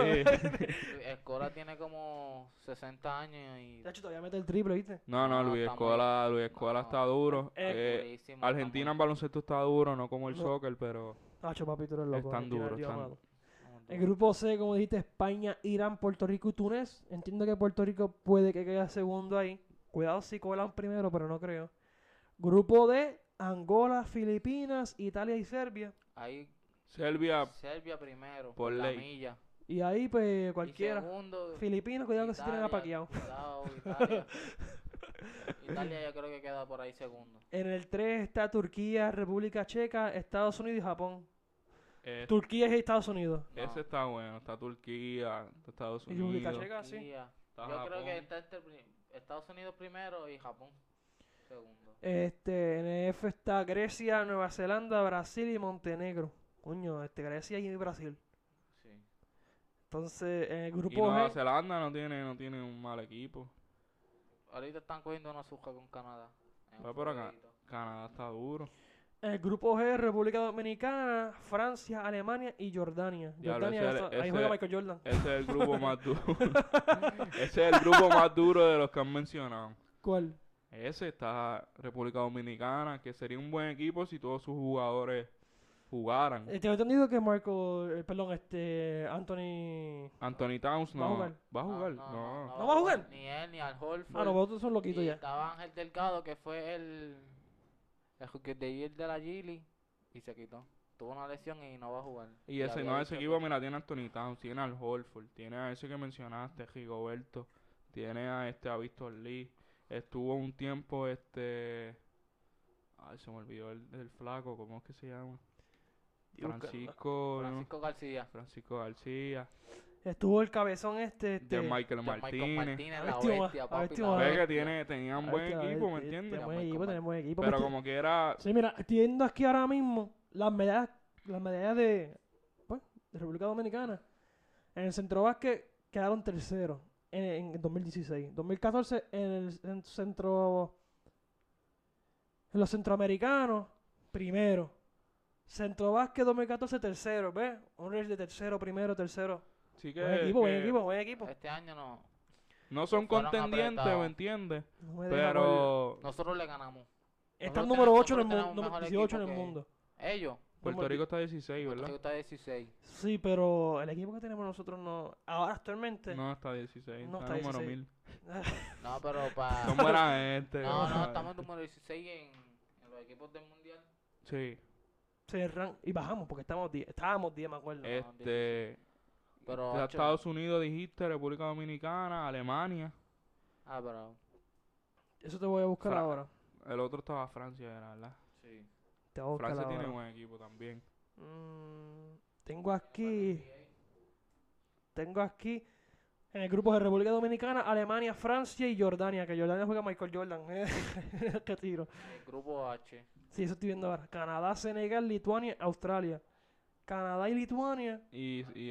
Speaker 3: Escola tiene como 60 años y.
Speaker 1: De hecho, todavía mete el triple, ¿viste?
Speaker 2: No, no,
Speaker 3: No,
Speaker 2: Luis
Speaker 3: está muy-
Speaker 2: Escola, Luis Escola
Speaker 3: no,
Speaker 2: está duro.
Speaker 1: es
Speaker 2: Eh,
Speaker 3: durísimo, está
Speaker 2: Argentina en
Speaker 3: muy-
Speaker 2: baloncesto está duro, no como el
Speaker 1: No.
Speaker 2: soccer, pero
Speaker 1: Nacho, papi, tú eres loco.
Speaker 2: Están
Speaker 1: Argentina,
Speaker 2: duros,
Speaker 1: Dios
Speaker 2: están
Speaker 1: amado.
Speaker 3: muy duro.
Speaker 1: El grupo C, como dijiste, España, Irán, Puerto Rico y Túnez. Entiendo que Puerto Rico puede que quede segundo ahí. Cuidado si colan primero, pero no creo. Grupo D, Angola, Filipinas, Italia y Serbia.
Speaker 3: Ahí
Speaker 2: Serbia,
Speaker 3: Serbia primero.
Speaker 2: Por
Speaker 3: la
Speaker 2: ley.
Speaker 3: milla.
Speaker 1: Y ahí, pues,
Speaker 3: Y
Speaker 1: cualquiera.
Speaker 3: segundo,
Speaker 1: Filipinas, cuidado que se tienen
Speaker 3: Italia,
Speaker 1: apaqueado.
Speaker 3: Cuidado, Italia. Italia yo creo que queda por ahí segundo.
Speaker 1: En el 3 está Turquía, República Checa, Estados Unidos y Japón.
Speaker 2: eh,
Speaker 1: Turquía y Estados Unidos.
Speaker 3: No.
Speaker 2: ese está bueno. Está Turquía, está Estados
Speaker 1: Y República
Speaker 2: Unidos.
Speaker 1: Checa, sí.
Speaker 3: Turquía.
Speaker 2: está
Speaker 3: yo creo que
Speaker 2: Japón.
Speaker 3: está entre pri- Estados Unidos primero y Japón segundo.
Speaker 1: Este, en el F está Grecia, Nueva Zelanda, Brasil y Montenegro. Coño, este, Grecia y Brasil.
Speaker 3: Sí.
Speaker 1: Entonces, en el
Speaker 2: Y
Speaker 1: grupo
Speaker 2: Nueva
Speaker 1: G,
Speaker 2: Zelanda no tiene, no tiene un mal equipo.
Speaker 3: Ahorita están cogiendo una suja con Canadá. en
Speaker 2: Va
Speaker 3: un
Speaker 2: por acá.
Speaker 3: jueguito.
Speaker 2: Canadá está duro.
Speaker 1: en el grupo G, República Dominicana, Francia, Alemania y Jordania.
Speaker 2: Diablo,
Speaker 1: Jordania,
Speaker 2: ese-
Speaker 1: esa- ahí
Speaker 2: ese-
Speaker 1: juega Michael Jordan.
Speaker 2: Ese es el grupo más duro. ese es el grupo más duro de los que han mencionado.
Speaker 1: ¿Cuál?
Speaker 2: Ese está República Dominicana, que sería un buen equipo si todos sus jugadores jugaran.
Speaker 1: Eh, tengo entendido que Marco, eh, perdón, este, Anthony... ah,
Speaker 2: Anthony Towns
Speaker 1: ¿Va a
Speaker 2: no.
Speaker 1: jugar?
Speaker 2: ¿Va a
Speaker 3: No,
Speaker 2: jugar?
Speaker 3: Ah, No,
Speaker 2: No.
Speaker 1: ¿No va a jugar?
Speaker 3: Ni él ni Al Holford.
Speaker 1: Ah, no, vosotros son
Speaker 3: y
Speaker 1: loquitos ya.
Speaker 3: estaba Ángel Delgado que fue el el que de ayer de la Gili y se quitó. Tuvo una lesión y no va a jugar.
Speaker 2: Y ese,
Speaker 3: había
Speaker 2: no, ese
Speaker 3: dicho
Speaker 2: equipo,
Speaker 3: que-
Speaker 2: mira, tiene a Anthony Towns, tiene al Holford, tiene a ese que mencionaste, Rigoberto, tiene a este, a Víctor Lee. Estuvo un tiempo, este... Ay, se me olvidó el, el flaco, ¿cómo es que se llama? Francisco... yo no-
Speaker 3: Francisco García.
Speaker 2: Francisco García,
Speaker 1: Estuvo el cabezón este, este...
Speaker 2: de Michael
Speaker 3: John Michael
Speaker 2: Martínez.
Speaker 3: Martínez,
Speaker 1: A
Speaker 3: la
Speaker 1: ver, tío,
Speaker 3: bestia,
Speaker 1: a
Speaker 3: papi.
Speaker 1: ver, tío,
Speaker 3: la
Speaker 1: a
Speaker 2: Ve
Speaker 1: ver.
Speaker 2: que
Speaker 3: bestia.
Speaker 2: tiene, tenían
Speaker 1: Ahí
Speaker 2: buen
Speaker 1: está,
Speaker 2: equipo, ¿me
Speaker 1: eh,
Speaker 2: entiendes?
Speaker 1: Tenemos
Speaker 3: Michael
Speaker 1: equipo,
Speaker 3: Mar-
Speaker 1: tenemos equipo.
Speaker 2: Pero
Speaker 1: Porque-
Speaker 2: como quiera,
Speaker 1: Sí, mira, entiendo aquí ahora mismo las medallas, las medallas de, pues, de República Dominicana. En el centro básquet quedaron terceros en, en 2016. 2014 en el en centro... En los centroamericanos, primero. Centro básquet 2014, tercero, ¿ves? Un race de tercero, primero, tercero.
Speaker 2: sí que,
Speaker 1: Buen equipo, buen
Speaker 2: que
Speaker 1: equipo, buen equipo.
Speaker 3: Este año no.
Speaker 2: no son
Speaker 3: Fueron
Speaker 2: contendientes,
Speaker 3: apretados.
Speaker 2: ¿me entiendes?
Speaker 1: No me deja por-
Speaker 2: Pero
Speaker 3: Nosotros le ganamos.
Speaker 1: Está
Speaker 3: nosotros
Speaker 1: número
Speaker 3: tenemos-
Speaker 1: 8 en el
Speaker 3: nosotros
Speaker 1: mundo,
Speaker 3: tenemos
Speaker 1: número
Speaker 3: mejor
Speaker 1: 18 en el
Speaker 3: equipo que-
Speaker 1: Puerto
Speaker 3: Ellos.
Speaker 2: Puerto Rico está 16,
Speaker 3: Puerto Rico
Speaker 2: ¿verdad?
Speaker 3: está 16.
Speaker 1: Sí, pero el equipo que tenemos nosotros no... Ahora actualmente...
Speaker 2: No, está 16,
Speaker 1: No,
Speaker 2: está
Speaker 1: está
Speaker 2: número
Speaker 1: 16.
Speaker 2: 1000.
Speaker 3: No, pero para.
Speaker 2: Son buena gente.
Speaker 3: No,
Speaker 2: buena
Speaker 3: no,
Speaker 2: gente.
Speaker 3: estamos en número 16 en, en los equipos del mundial.
Speaker 2: Sí,
Speaker 1: se ran- y bajamos porque estábamos 10, estábamos 10, me acuerdo.
Speaker 3: Eh,
Speaker 2: este...
Speaker 3: Pero.
Speaker 2: de
Speaker 3: hacho,
Speaker 2: Estados Unidos dijiste, República Dominicana, Alemania.
Speaker 3: Ah, pero.
Speaker 1: Eso te voy a buscar
Speaker 2: Fra-
Speaker 1: ahora.
Speaker 2: El otro estaba Francia, era, ¿verdad?
Speaker 3: Sí.
Speaker 1: Te voy a buscar
Speaker 2: Francia
Speaker 1: ahora.
Speaker 2: tiene buen equipo también.
Speaker 1: Mm, tengo aquí. Tengo aquí. En el grupo de República Dominicana, Alemania, Francia y Jordania. Que Jordania juega Michael Jordan. Qué tiro.
Speaker 3: El grupo H.
Speaker 1: Sí, eso estoy viendo ahora. Canadá, Senegal, Lituania, Australia. Canadá y Lituania.
Speaker 2: Y, y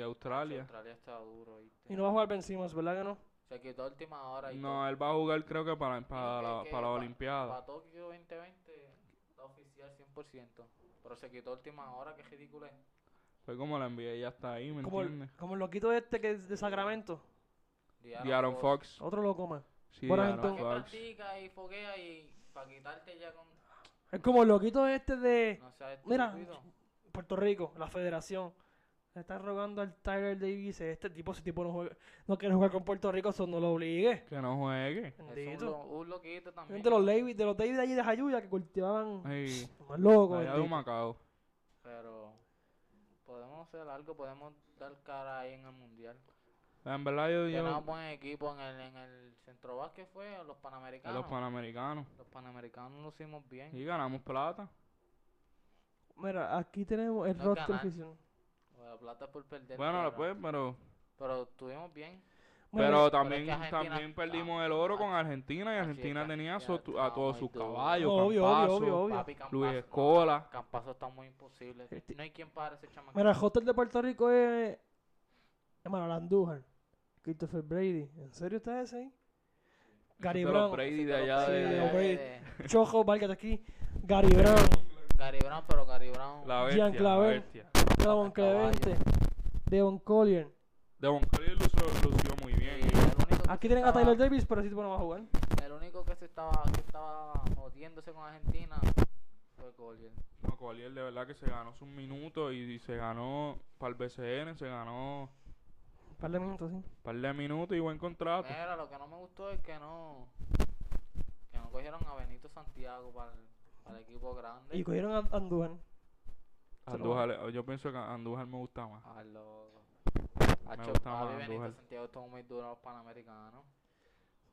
Speaker 2: Australia.
Speaker 3: Australia. Australia está duro. ¿viste?
Speaker 1: Y no va a jugar Ben Simmons, ¿verdad que no?
Speaker 3: Se quitó a última hora. Y
Speaker 2: No, él va a jugar creo que para, para,
Speaker 3: que-
Speaker 2: la,
Speaker 3: que
Speaker 2: para la
Speaker 3: pa-
Speaker 2: Olimpiada.
Speaker 3: Para Tokio 2020 está oficial 100%. Pero se quitó a última hora, que ridículo es.
Speaker 2: Fue como la NBA ya está ahí, ¿me
Speaker 1: Como el,
Speaker 2: entiendes?
Speaker 1: como el loquito este que es de Sacramento.
Speaker 3: Diaron
Speaker 2: Y Aaron Fox.
Speaker 1: Otro loco más.
Speaker 2: Sí,
Speaker 1: Bueno,
Speaker 2: Aaron
Speaker 1: entonces-
Speaker 3: ¿Para qué
Speaker 2: Fox.
Speaker 3: practica y foguea y para quitarte ya con.
Speaker 1: Es como el loquito este de
Speaker 3: No seas
Speaker 1: Mira,
Speaker 3: estúpido.
Speaker 1: Puerto Rico, la federación. Le están rogando al Tyler Davis. Este tipo, ese tipo no, juega- no quiere jugar con Puerto Rico, eso no lo obligue.
Speaker 2: Que no juegue.
Speaker 3: Es un,
Speaker 1: Bendito.
Speaker 3: lo- un loquito también.
Speaker 1: De los Davis, de los Davis de allí de Jayuya que cultivaban
Speaker 2: Ay,
Speaker 1: más locos.
Speaker 2: allá de
Speaker 1: bendito.
Speaker 2: Macao.
Speaker 3: Pero podemos hacer algo, podemos dar cara ahí en el mundial.
Speaker 2: En verdad yo
Speaker 3: Tenemos
Speaker 2: digo
Speaker 3: buen equipo en el, en el centro básquet fue, o los
Speaker 2: a
Speaker 3: panamericanos.
Speaker 2: los Panamericanos.
Speaker 3: Los panamericanos lucimos bien.
Speaker 2: Y ganamos plata.
Speaker 1: Mira, aquí tenemos el
Speaker 3: No es
Speaker 1: roster
Speaker 3: ganar.
Speaker 1: oficial.
Speaker 3: O La plata es por perder.
Speaker 2: Bueno,
Speaker 3: pero-
Speaker 2: después, pero...
Speaker 3: Pero estuvimos bien.
Speaker 1: Bueno,
Speaker 2: Pero también,
Speaker 3: que Argentina-
Speaker 2: también perdimos el oro con Argentina y
Speaker 3: Así es,
Speaker 2: Argentina
Speaker 3: que
Speaker 2: tenía
Speaker 3: Argentina
Speaker 2: su- a
Speaker 3: está
Speaker 2: todos
Speaker 3: muy
Speaker 2: sus
Speaker 3: duro.
Speaker 2: caballos,
Speaker 1: obvio, obvio,
Speaker 2: Campazzo,
Speaker 1: obvio, obvio.
Speaker 3: Papi Campazo.
Speaker 2: Luis
Speaker 3: no,
Speaker 2: Escola.
Speaker 3: Campazo está muy imposible.
Speaker 1: Este-
Speaker 3: No hay quien para ese chamaco.
Speaker 1: Mira, el roster de Puerto Rico es. Hermano, Landújar, Christopher Brady. ¿En serio está ese ahí? Gary
Speaker 2: de los
Speaker 1: Brown,
Speaker 2: Brady de
Speaker 3: Pero
Speaker 2: allá
Speaker 1: Sí,
Speaker 2: de,
Speaker 1: de
Speaker 3: allá
Speaker 1: Brady.
Speaker 3: de-
Speaker 1: Chojo, válgate aquí. Gary Brown,
Speaker 3: Gary Brown, pero Gary Brown.
Speaker 1: Gian
Speaker 2: la bestia, la
Speaker 1: Clavel.
Speaker 2: bestia.
Speaker 1: Davon
Speaker 3: el caballo.
Speaker 1: Clemente, Devon Collier.
Speaker 2: Devon Collier lució, lució muy
Speaker 3: Sí,
Speaker 2: bien.
Speaker 3: el único que
Speaker 1: Aquí
Speaker 3: se
Speaker 1: tienen a
Speaker 3: estaba-
Speaker 1: Tyler Davis, pero ese tipo no va a jugar.
Speaker 3: El único que se estaba, que estaba jodiéndose con Argentina fue Collier.
Speaker 2: No, Collier de verdad que se ganó sus minutos y, y se ganó para el BCN, se ganó
Speaker 1: Un par de minutos, sí.
Speaker 2: un par de minutos y buen contrato.
Speaker 3: Mira, lo que no me gustó es que no que no cogieron a Benito Santiago para el, para el equipo grande.
Speaker 1: Y cogieron a Andújar.
Speaker 2: Andújar, yo pienso que Andújar me gusta más.
Speaker 3: A los
Speaker 2: Me
Speaker 3: a
Speaker 2: gusta más
Speaker 3: Chopavi Benito
Speaker 2: Andújar.
Speaker 3: Santiago estuvo muy duro a los panamericanos.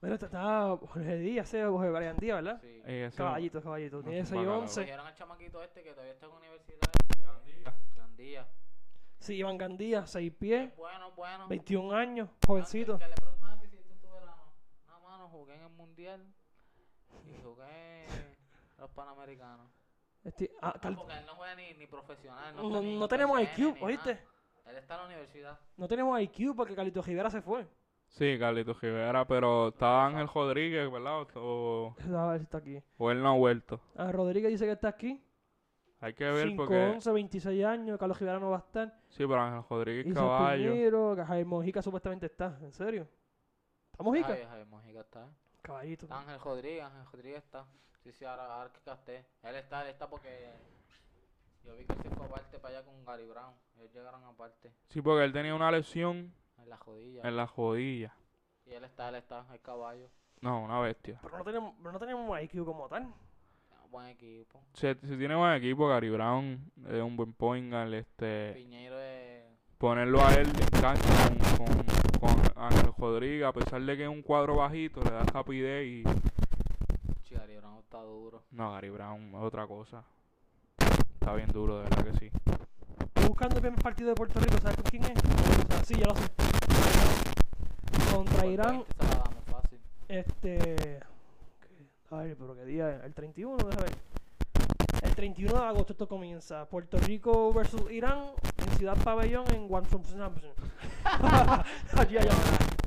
Speaker 1: Mira, está, está Jorge Díaz, eh, Jorge Brian Díaz, ¿verdad?
Speaker 3: Sí.
Speaker 2: Eh, ese-
Speaker 1: Caballito, caballito.
Speaker 2: no
Speaker 1: Tiene
Speaker 2: es un
Speaker 1: 6
Speaker 2: bacalao.
Speaker 1: 11.
Speaker 3: Cogieron al chamaquito este que todavía está en la universidad de
Speaker 2: Gandía.
Speaker 3: Gandía.
Speaker 1: Sí, Iván Gandía, 6 pies,
Speaker 3: Es bueno, bueno.
Speaker 1: 21 años,
Speaker 3: Ah,
Speaker 1: jovencito.
Speaker 3: Que que le preguntaban que si este esto es tu verano. Nada más no jugué en el mundial y jugué a los panamericanos.
Speaker 1: Este, ah,
Speaker 3: Ah,
Speaker 1: tal-
Speaker 3: porque él no juega ni, ni profesional. No,
Speaker 1: no,
Speaker 3: está ni
Speaker 1: no tenemos
Speaker 3: UPCN,
Speaker 1: IQ,
Speaker 3: ni
Speaker 1: ¿oíste?
Speaker 3: nada. Él está en la universidad.
Speaker 1: No tenemos IQ porque Carlito Rivera se fue.
Speaker 2: Sí, Carlito Rivera, pero estaba Ángel Rodríguez, ¿verdad? O,
Speaker 1: A ver si está aquí.
Speaker 2: o él no ha vuelto.
Speaker 1: Ah, Rodríguez dice que está aquí.
Speaker 2: Hay que ver
Speaker 1: 5,
Speaker 2: porque...
Speaker 1: 11, 26 años. Carlos Rivera no va a estar.
Speaker 2: Sí, pero Ángel Rodríguez
Speaker 1: Isa
Speaker 2: Caballo.
Speaker 1: Piñero, Jaime Mojica supuestamente está. ¿En serio? ¿Está Mojica?
Speaker 3: Ay, Javier Mojica está.
Speaker 1: Caballito.
Speaker 3: Ángel Rodríguez, Ángel Rodríguez está. Sí, sí, ahora, ahora que casté. Él está, él está porque yo vi que él se fue aparte para allá con Gary Brown. Ellos llegaron aparte
Speaker 2: Sí, porque él tenía una lesión
Speaker 3: en la jodilla.
Speaker 2: en la rodilla.
Speaker 3: Y él está, él está, el caballo.
Speaker 2: No, una bestia.
Speaker 1: Pero no tenemos, pero no tenemos IQ como tal.
Speaker 3: Buen equipo.
Speaker 2: Se, se tiene buen equipo, Gary Brown es un buen point guard, este,
Speaker 3: Piñeiro es.
Speaker 2: ponerlo a él en cancha con, con, con Ángel Rodríguez, a pesar de que es un cuadro bajito, le da rapidez y...
Speaker 3: Sí, Gary Brown está duro.
Speaker 2: No, Gary Brown es otra cosa. Está bien duro, de verdad que sí.
Speaker 1: Estoy buscando el primer partido de Puerto Rico. ¿Sabes con quién es? Ah, sí, ya lo sé. Contra
Speaker 3: Por
Speaker 1: Irán,
Speaker 3: 20 se la damos fácil.
Speaker 1: este. A ver, pero qué día es. El 31, déjame ver. El 31 de agosto esto comienza. Puerto Rico versus Irán en Ciudad Pabellón en Guangzhou. Samsung. allá, allá,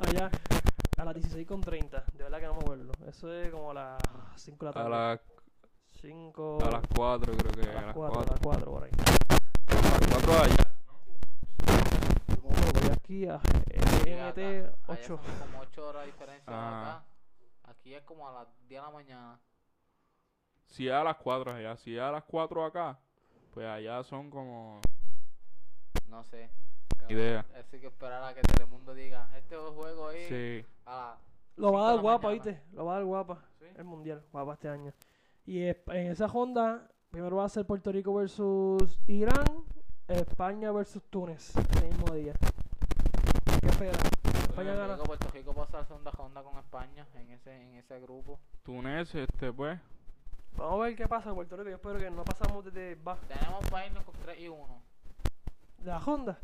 Speaker 1: allá. A las 16.30. De verdad que no me acuerdo. Eso es como a las 5 de la
Speaker 2: A,
Speaker 1: tarde.
Speaker 2: las-
Speaker 1: 5.
Speaker 2: a las 4 creo que,
Speaker 1: a las 4, a
Speaker 2: 4.
Speaker 1: las 4 por ahí.
Speaker 2: A las 4 allá.
Speaker 1: Voy aquí a
Speaker 3: Sí, acá-
Speaker 1: GMT
Speaker 3: allá
Speaker 1: 8.
Speaker 3: son como 8 horas de diferencia de
Speaker 2: Ah.
Speaker 3: acá. Aquí es como a las 10 de la mañana.
Speaker 2: Si es a las 4 allá, si es a las 4 acá, pues allá son como...
Speaker 3: No sé.
Speaker 2: Idea.
Speaker 3: Así que esperar a que Telemundo diga: Este juego ahí.
Speaker 2: Sí.
Speaker 3: A
Speaker 1: Lo va a
Speaker 3: Cinco de
Speaker 1: dar
Speaker 3: la
Speaker 1: guapa,
Speaker 3: mañana.
Speaker 1: ¿viste? Lo va a dar guapa.
Speaker 3: Sí.
Speaker 1: El mundial, guapa este año. Y es- en esa ronda, primero va a ser Puerto Rico versus Irán, España versus Túnez, el mismo día. ¿Qué espera? España gana.
Speaker 3: Rico, Puerto Rico pasa a la segunda ronda con España en ese, en ese grupo.
Speaker 2: Túnez, este, pues.
Speaker 1: Vamos a ver qué pasa en Puerto Rico. Yo espero que no pasamos desde ba-
Speaker 3: Tenemos para irnos con 3 y 1.
Speaker 1: de la Honda.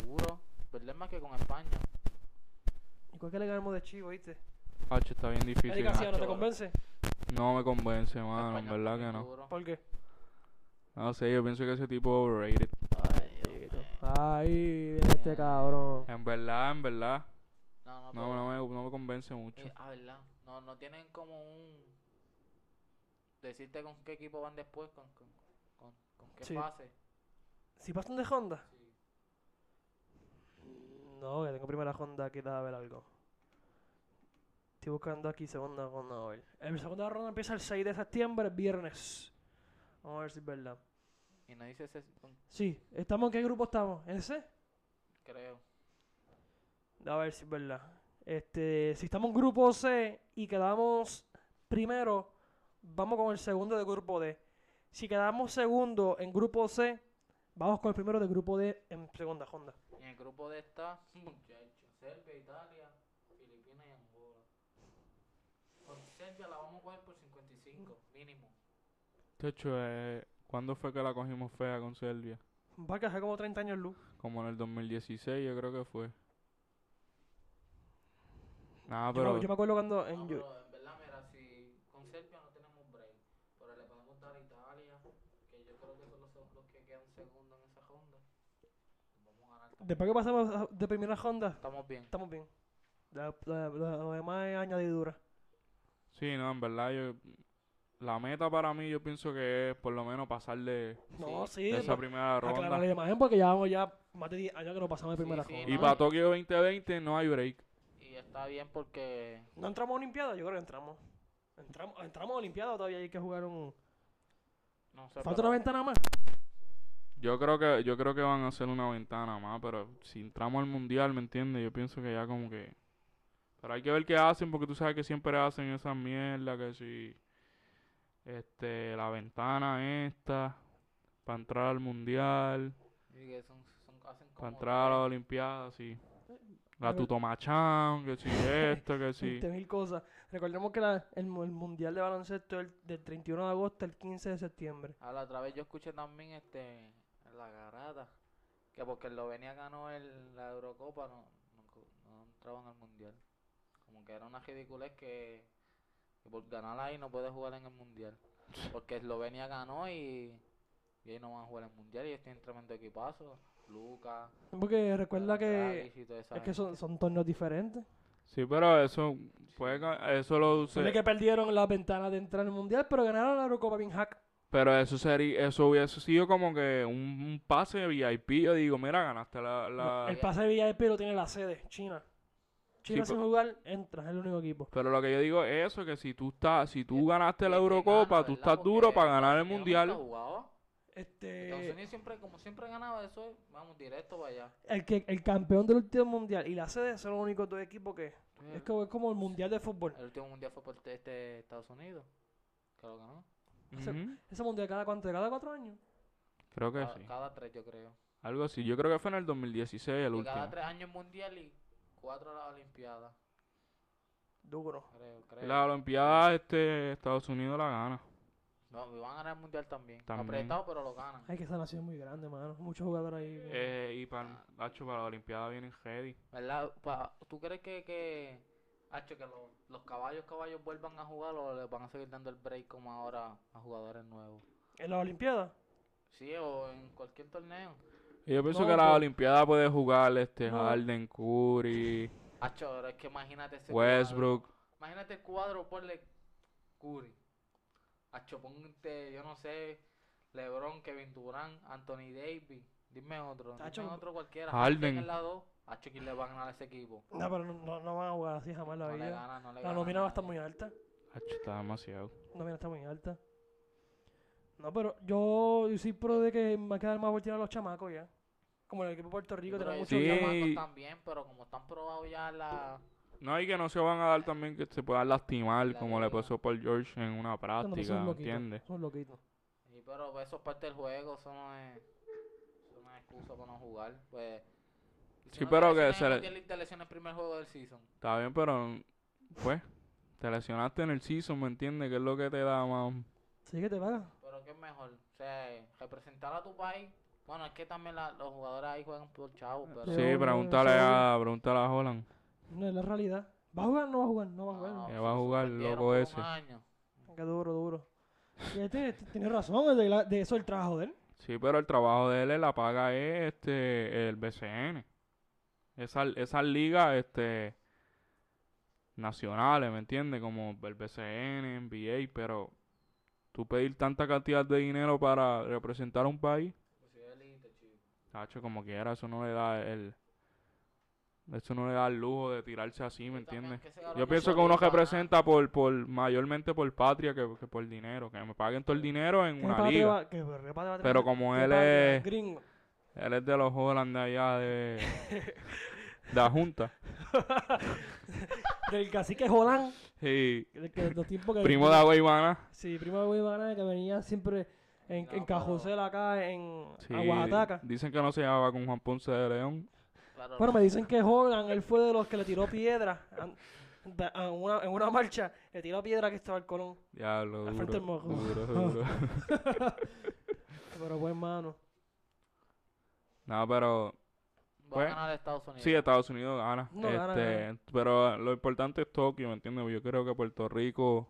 Speaker 3: Seguro. Perder más que con España.
Speaker 1: ¿Y cuál que le ganamos de chivo, viste?
Speaker 2: H, está bien difícil.
Speaker 1: Erika, ¿no te
Speaker 3: macho.
Speaker 1: convence?
Speaker 2: No me convence, mano, en
Speaker 3: España
Speaker 2: verdad
Speaker 3: está
Speaker 2: que
Speaker 3: muy
Speaker 2: no.
Speaker 3: duro.
Speaker 1: ¿Por qué?
Speaker 2: No sé, yo pienso que ese tipo es overrated.
Speaker 3: Ay, Dios mío.
Speaker 1: Ahí viene este cabrón.
Speaker 2: En verdad, en verdad.
Speaker 3: No, no,
Speaker 2: No,
Speaker 3: pero-
Speaker 2: no me, no me convence mucho.
Speaker 3: Eh, ah, verdad. No, no tienen como un. Decirte con qué equipo van después, con, con, con, con qué
Speaker 1: Sí.
Speaker 3: fase.
Speaker 1: ¿Si pasan de Honda? No, que tengo primera Honda que da a ver algo. Estoy buscando aquí segunda ronda a ver. El Eh, segunda ronda empieza el 6 de septiembre, viernes. Vamos a ver si es verdad.
Speaker 3: Y no dice ese. con-
Speaker 1: Sí, ¿estamos en qué grupo estamos? ¿En ese?
Speaker 3: creo.
Speaker 1: A ver si es verdad. Este, si estamos en grupo C y quedamos primero, vamos con el segundo de grupo D. Si quedamos segundo en grupo C, vamos con el primero de grupo D en segunda ronda.
Speaker 3: Y en el grupo de esta. Muchachos. Serbia, Italia, Filipinas y Angola. Con Serbia la vamos a coger por 55, mínimo.
Speaker 2: Chacho, eh, ¿cuándo fue que la cogimos fea con Serbia?
Speaker 1: Va a hace como 30 años luz.
Speaker 2: Como en el 2016, yo creo que fue. Nada,
Speaker 1: Yo me-
Speaker 2: Ah, pero.
Speaker 1: yo, me acuerdo cuando en
Speaker 3: No,
Speaker 1: yo-
Speaker 3: pero en verdad, mira, si con Serbia no tenemos break, pero le podemos dar a Italia, que yo creo que son los, los que quedan segundo en esa ronda. Vamos a ganar también.
Speaker 1: después que pasamos a- de primera ronda,
Speaker 3: Estamos bien.
Speaker 1: estamos bien. La- la- la- lo demás es añadidura.
Speaker 2: Sí, no, en verdad, yo. La meta para mí, yo pienso que es por lo menos pasar de,
Speaker 1: No, sí,
Speaker 2: de esa
Speaker 1: aclarar
Speaker 2: primera
Speaker 1: aclarar la
Speaker 2: ronda.
Speaker 1: imagen porque llevamos ya más de 10 años que no pasamos de
Speaker 3: Sí,
Speaker 1: primera
Speaker 3: sí,
Speaker 1: ronda.
Speaker 2: Y
Speaker 3: ¿no?
Speaker 2: para Tokio 2020 no hay break.
Speaker 3: Y está bien porque
Speaker 1: ¿No entramos a Olimpiada? Yo creo que entramos. Entramos, entramos a Olimpiada o todavía hay que jugar un.
Speaker 3: no sé.
Speaker 1: Falta una ventana más.
Speaker 2: Yo creo que yo creo que van a hacer una ventana más, pero si entramos al mundial, ¿me entiendes? Yo pienso que ya como que pero hay que ver qué hacen porque tú sabes que siempre hacen esas mierdas que si este la ventana esta para entrar al mundial,
Speaker 3: pero- y que son- son- hacen como
Speaker 2: para entrar a la
Speaker 3: tres.
Speaker 2: olimpiada, sí.
Speaker 1: a
Speaker 2: La
Speaker 1: ver.
Speaker 2: tutomachán, que si esto, que si
Speaker 1: 20.000 cosas. Recordemos que la- el, mu- el Mundial de Baloncesto es el- del 31 de agosto al 15 de septiembre.
Speaker 3: A la otra vez yo escuché también este en la garata que porque Eslovenia ganó el, la Eurocopa no, no, co- no entraban al mundial. Como que era una ridiculez que, que por ganar ahí no puede jugar en el mundial. Porque Eslovenia ganó y, y ahí no van a jugar en el mundial y ellos tienen tremendo equipazo. Lucas,
Speaker 1: Porque
Speaker 2: Ah,
Speaker 1: recuerda
Speaker 3: Dragic
Speaker 1: que,
Speaker 3: y toda esa
Speaker 1: es que son,
Speaker 3: gente.
Speaker 1: son torneos diferentes.
Speaker 2: Sí, pero eso puede ca- eso lo
Speaker 1: Son los
Speaker 2: se-
Speaker 1: que perdieron la ventana de entrar al Mundial, pero ganaron la Eurocopa bien hack.
Speaker 2: Pero eso sería, eso hubiese sido como que un, un pase VIP. Yo digo, mira, ganaste la,
Speaker 3: Ah,
Speaker 2: la-
Speaker 1: No, el pase de Villa de lo tiene la sede, China. China
Speaker 3: pues.
Speaker 2: Sí,
Speaker 1: sin jugar, entra, es el único equipo.
Speaker 2: Pero lo que yo digo es eso, que si tú estás, si tú ganaste la
Speaker 3: Y es que
Speaker 2: Eurocopa,
Speaker 3: gana,
Speaker 2: tú
Speaker 3: ¿verdad?
Speaker 2: estás
Speaker 3: Porque
Speaker 2: duro para ganar el
Speaker 3: Estados Unidos nunca
Speaker 2: mundial.
Speaker 3: jugaba. Estados
Speaker 1: Este,
Speaker 3: Unidos siempre, como siempre ganaba eso, es, vamos directo para allá.
Speaker 1: el, que, el campeón del último Mundial y la sede son los únicos dos equipos que... Es
Speaker 3: El,
Speaker 1: como, es como el Mundial de Fútbol.
Speaker 3: el último mundial fue por este- este Estados Unidos. Claro que no.
Speaker 1: Ese-
Speaker 2: Ujú.
Speaker 1: Ese Mundial cada cuánto, cada cuatro años.
Speaker 2: Creo que
Speaker 3: Cada,
Speaker 2: sí.
Speaker 3: cada tres, yo creo.
Speaker 2: Algo así. Yo creo que fue en el 2016 el
Speaker 3: Y
Speaker 2: último.
Speaker 3: cada tres años mundial y cuatro a las Olimpiadas.
Speaker 1: Duro.
Speaker 3: Creo, creo.
Speaker 2: La Olimpiada, este, Estados Unidos la gana.
Speaker 3: No, y van a ganar el mundial también.
Speaker 2: También.
Speaker 3: Apretado, pero lo ganan.
Speaker 1: Ay, que esa nación es muy grande, mano. Muchos jugadores ahí. bien.
Speaker 2: Eh, y para, Nacho, para la Olimpiada vienen ready.
Speaker 3: ¿Verdad? Pa- ¿Tú crees que, que, Hacho, que lo- los caballos caballos vuelvan a jugar o les van a seguir dando el break como ahora a jugadores nuevos?
Speaker 1: En las Olimpiadas.
Speaker 3: Sí, o en cualquier torneo.
Speaker 2: Y yo pienso
Speaker 1: No,
Speaker 2: que la
Speaker 1: pero-
Speaker 2: Olimpiada puede jugar este
Speaker 1: No.
Speaker 2: Harden, Curry,
Speaker 3: Hacho, pero es que imagínate ese cuadro.
Speaker 2: Westbrook.
Speaker 3: Imagínate el cuadro, ponle Curry. Hacho, ponte, yo no sé, LeBron, Kevin Durant, Anthony Davis. Dime otro,
Speaker 1: Hacho,
Speaker 3: dime otro cualquiera.
Speaker 2: Harden.
Speaker 3: Harden en la dos. Hacho, ¿quién le va a ganar a ese equipo?
Speaker 1: No, pero no, no, no van a jugar así jamás en la
Speaker 3: No le
Speaker 1: vida.
Speaker 3: gana, no le
Speaker 1: La
Speaker 3: gana
Speaker 1: nómina va a estar
Speaker 3: nadie.
Speaker 1: muy alta.
Speaker 2: Nacho, está demasiado.
Speaker 1: La nómina está muy alta. No, pero yo, yo soy pro de que me quedar más oportunidad a los chamacos ya. Como en el equipo de Puerto Rico,
Speaker 3: Pero
Speaker 1: tenemos muchos.
Speaker 2: Sí.
Speaker 3: esos chamacos
Speaker 2: Sí.
Speaker 3: también, pero como están probados ya la...
Speaker 2: No, y que no se van a dar también que se puedan lastimar,
Speaker 3: La
Speaker 2: como le
Speaker 3: liga.
Speaker 2: pasó a Paul George en una
Speaker 1: no, pero
Speaker 2: práctica,
Speaker 1: son
Speaker 2: ¿me
Speaker 1: loquitos,
Speaker 2: entiendes?
Speaker 1: Son loquitos.
Speaker 3: Sí, pero eso es parte del juego, eso no es, eso no es excusa para no jugar. Pues
Speaker 2: Sí, pero que se le-
Speaker 3: le... League te lesionó el primer juego del season.
Speaker 2: Está bien, pero pues, te lesionaste en el season, ¿me entiendes? Que es lo que te da más.
Speaker 1: Sí, que te paga.
Speaker 3: Pero que es mejor. O sea, representar a tu país. Bueno, es que también la- los jugadores ahí juegan por chavo, pero...
Speaker 1: Sí,
Speaker 2: Sí,
Speaker 1: bueno,
Speaker 2: pregúntale
Speaker 1: eso
Speaker 2: a, pregúntale a Holland.
Speaker 1: No es la realidad. ¿Va a jugar? No va a jugar, no va a jugar.
Speaker 3: no,
Speaker 1: ¿no?
Speaker 2: Que
Speaker 3: se
Speaker 2: va a jugar el
Speaker 3: suspendieron
Speaker 2: loco
Speaker 3: por un
Speaker 2: ese.
Speaker 3: año.
Speaker 1: Qué duro, duro. Y tiene, tiene razón, de, la- de eso el trabajo de él.
Speaker 2: Sí, pero el trabajo de él es la paga es este el BCN. Esas esas ligas este nacionales, ¿me entiendes? Como el BCN, NBA, pero tú pedir tanta cantidad de dinero para representar a un país,
Speaker 3: Pues sí, élite, chico.
Speaker 2: tacho, como quiera, eso no le da el eso no le da el lujo de tirarse así, ¿me
Speaker 3: Y también
Speaker 2: entiendes?
Speaker 3: que ese cabrón
Speaker 2: Yo
Speaker 3: no
Speaker 2: pienso
Speaker 3: se
Speaker 2: que uno
Speaker 3: obliga a nada.
Speaker 2: representa por, por mayormente por patria que, que por dinero, que me paguen todo el dinero en
Speaker 1: Que
Speaker 2: una
Speaker 1: padre
Speaker 2: liga.
Speaker 1: va- que padre va a
Speaker 2: Pero
Speaker 1: tener-
Speaker 2: como
Speaker 1: que
Speaker 2: él
Speaker 1: padre
Speaker 2: es
Speaker 1: Gringo.
Speaker 2: Él es de los Holland de allá de, de la Junta.
Speaker 1: Del cacique Jolán.
Speaker 2: Sí.
Speaker 1: del que- los tiempos que-
Speaker 2: Primo de Aguaybana.
Speaker 1: Sí, primo de Guaymana que venía siempre en,
Speaker 3: No,
Speaker 1: en
Speaker 3: pero-
Speaker 1: Cajosel acá en
Speaker 2: Sí.
Speaker 1: Aguataca.
Speaker 2: Dicen que no se llevaba con Juan Ponce de León.
Speaker 3: Claro,
Speaker 1: Bueno, me dicen que Hogan, él fue de los que le tiró piedra an- da- a una- en una marcha. Le tiró piedra que estaba el Colón.
Speaker 2: Diablo,
Speaker 1: Al frente del
Speaker 2: duro,
Speaker 1: mojo.
Speaker 2: duro, duro.
Speaker 1: Pero pues, buen mano.
Speaker 2: no, pero
Speaker 3: va
Speaker 2: pues,
Speaker 3: a ganar Estados Unidos.
Speaker 2: sí, Estados Unidos gana.
Speaker 1: No, gana,
Speaker 2: Este,
Speaker 1: gana.
Speaker 2: Pero lo importante es Tokio, ¿me entiendes? Yo creo que Puerto Rico,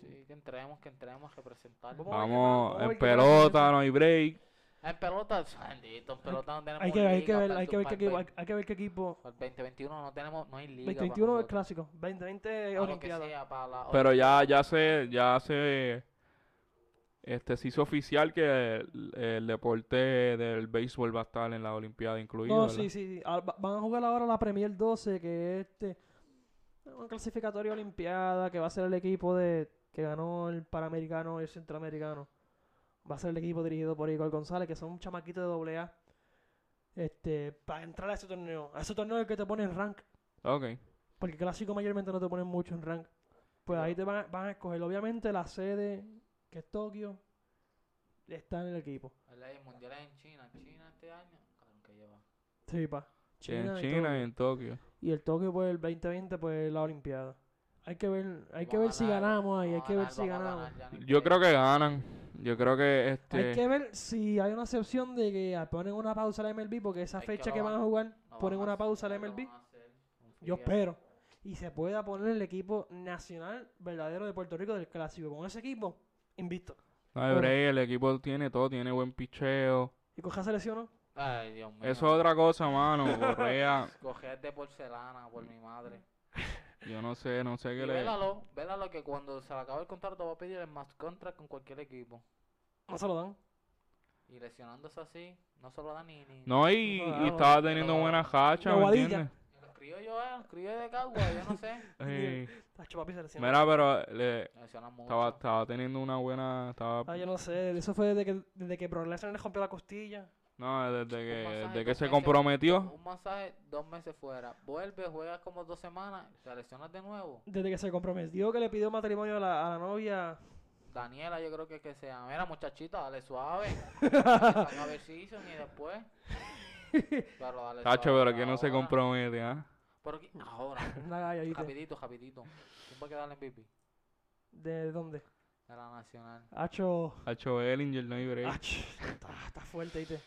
Speaker 3: Sí, que entremos, que entremos, representar.
Speaker 1: Vamos. a ver qué
Speaker 2: vamos,
Speaker 1: pasa, vamos a ver
Speaker 2: en
Speaker 1: qué pasa.
Speaker 2: pelota, no hay break.
Speaker 3: En pelota, bendito, en pelota no tenemos
Speaker 1: Hay que, hay
Speaker 3: liga
Speaker 1: que ver,
Speaker 3: para el
Speaker 1: hay que ver qué
Speaker 3: Super
Speaker 1: equipo, hay,
Speaker 3: 20.
Speaker 1: que ver qué equipo.
Speaker 3: Para el 2021 no tenemos, no hay liga.
Speaker 1: 2021 es
Speaker 3: para nosotros.
Speaker 1: clásico, 2020 es
Speaker 3: Para lo que
Speaker 1: Olimpiada.
Speaker 3: sea, para la
Speaker 2: Pero ya, ya se, ya se, este, se hizo oficial que el, el deporte del béisbol va a estar en la Olimpiada incluido.
Speaker 1: No,
Speaker 2: ¿verdad?
Speaker 1: sí, sí, sí. Ah, va- Van a jugar ahora la Premier 12, que es este, una clasificatoria olimpiada que va a ser el equipo de que ganó el Panamericano y el Centroamericano. Va a ser el equipo dirigido por Igor González, que son un chamaquito de doble A. Este, para entrar a ese torneo. A ese torneo es que te ponen rank.
Speaker 2: Ok.
Speaker 1: Porque clásico mayormente no te ponen mucho en rank. Pues ahí te van a, van a escoger. Obviamente la sede, que es Tokio, está en el equipo.
Speaker 3: ¿verdad? Y el mundial es en China. China este año. Cabrón, que lleva.
Speaker 1: Sí, pa.
Speaker 2: Sí, en
Speaker 1: y
Speaker 2: China
Speaker 1: Tokio.
Speaker 2: y en Tokio.
Speaker 1: Y el Tokio, pues el 2020, pues la Olimpiada. Hay que ver, hay que
Speaker 3: Vamos
Speaker 1: ver
Speaker 3: a
Speaker 1: si
Speaker 3: ganar,
Speaker 1: ganamos ahí, hay
Speaker 3: vamos
Speaker 1: que
Speaker 3: a
Speaker 1: ver
Speaker 3: ganar,
Speaker 1: si
Speaker 3: vamos a
Speaker 1: ganamos.
Speaker 3: ganar, ya no
Speaker 2: Yo
Speaker 3: importa.
Speaker 2: creo que ganan. Yo creo que
Speaker 1: Hay
Speaker 2: este
Speaker 1: que ver si hay una excepción de que ah, ponen una pausa a la MLB, porque esa
Speaker 3: Es que
Speaker 1: fecha
Speaker 3: lo
Speaker 1: que van
Speaker 3: van-
Speaker 1: a jugar,
Speaker 3: No
Speaker 1: ponen
Speaker 3: van a
Speaker 1: una pausa a la
Speaker 3: hacer, no
Speaker 1: MLB.
Speaker 3: van a hacer un
Speaker 1: Yo
Speaker 3: frío.
Speaker 1: espero. Y se pueda poner el equipo nacional verdadero de Puerto Rico del clásico. Con ese equipo, invicto.
Speaker 2: no hay
Speaker 1: Bueno.
Speaker 2: break, el equipo tiene todo, tiene buen picheo.
Speaker 1: Y coja se lesionó.
Speaker 3: Ay, Dios mío.
Speaker 2: Eso es otra cosa, mano. Correa,
Speaker 3: Coger de porcelana, por mi madre.
Speaker 2: yo no sé, no sé
Speaker 3: Y
Speaker 2: qué le.
Speaker 3: vélalo, vélalo que cuando se le acabe el contrato va a pedir el más contract con cualquier equipo.
Speaker 1: No se lo dan.
Speaker 3: Y lesionándose así, no se lo da ni... ni
Speaker 2: No, y,
Speaker 1: No,
Speaker 2: y estaba teniendo buena racha, ¿me
Speaker 1: Aguadilla.
Speaker 2: entiendes?
Speaker 3: Los criollos, eh, los criollos de Cagua, yo no sé.
Speaker 2: Sí.
Speaker 1: Tacho, papi, se lesionó.
Speaker 2: Mira, pero le,
Speaker 3: Lesionan mucho.
Speaker 2: estaba, estaba teniendo una buena. Estaba
Speaker 1: Ah, yo no sé. Eso fue desde que, desde que Brock Lesnar le rompió la costilla.
Speaker 2: No, desde que,
Speaker 3: pasaje,
Speaker 2: desde que
Speaker 3: dos
Speaker 2: se
Speaker 3: meses.
Speaker 2: comprometió.
Speaker 3: Un masaje, dos meses fuera. Vuelve, juegas como dos semanas, te lesionas de nuevo.
Speaker 1: Desde que se comprometió que le pidió matrimonio a la, a la novia.
Speaker 3: Daniela, yo creo que que sea. Mira, muchachita, dale suave. Empiezan a ver season y después. Pero dale
Speaker 2: Tacho,
Speaker 3: suave
Speaker 2: pero que no se
Speaker 3: ahora.
Speaker 2: compromete, ¿ah?
Speaker 3: Pero que- ahora,
Speaker 1: Una galla, ¿viste?
Speaker 3: rapidito, rapidito. ¿Quién va a quedar en MVP?
Speaker 1: ¿De dónde?
Speaker 3: De la Nacional.
Speaker 1: Hacho.
Speaker 2: Tacho Bellinger, no hay break.
Speaker 1: Hacho. Está, está fuerte, ¿viste?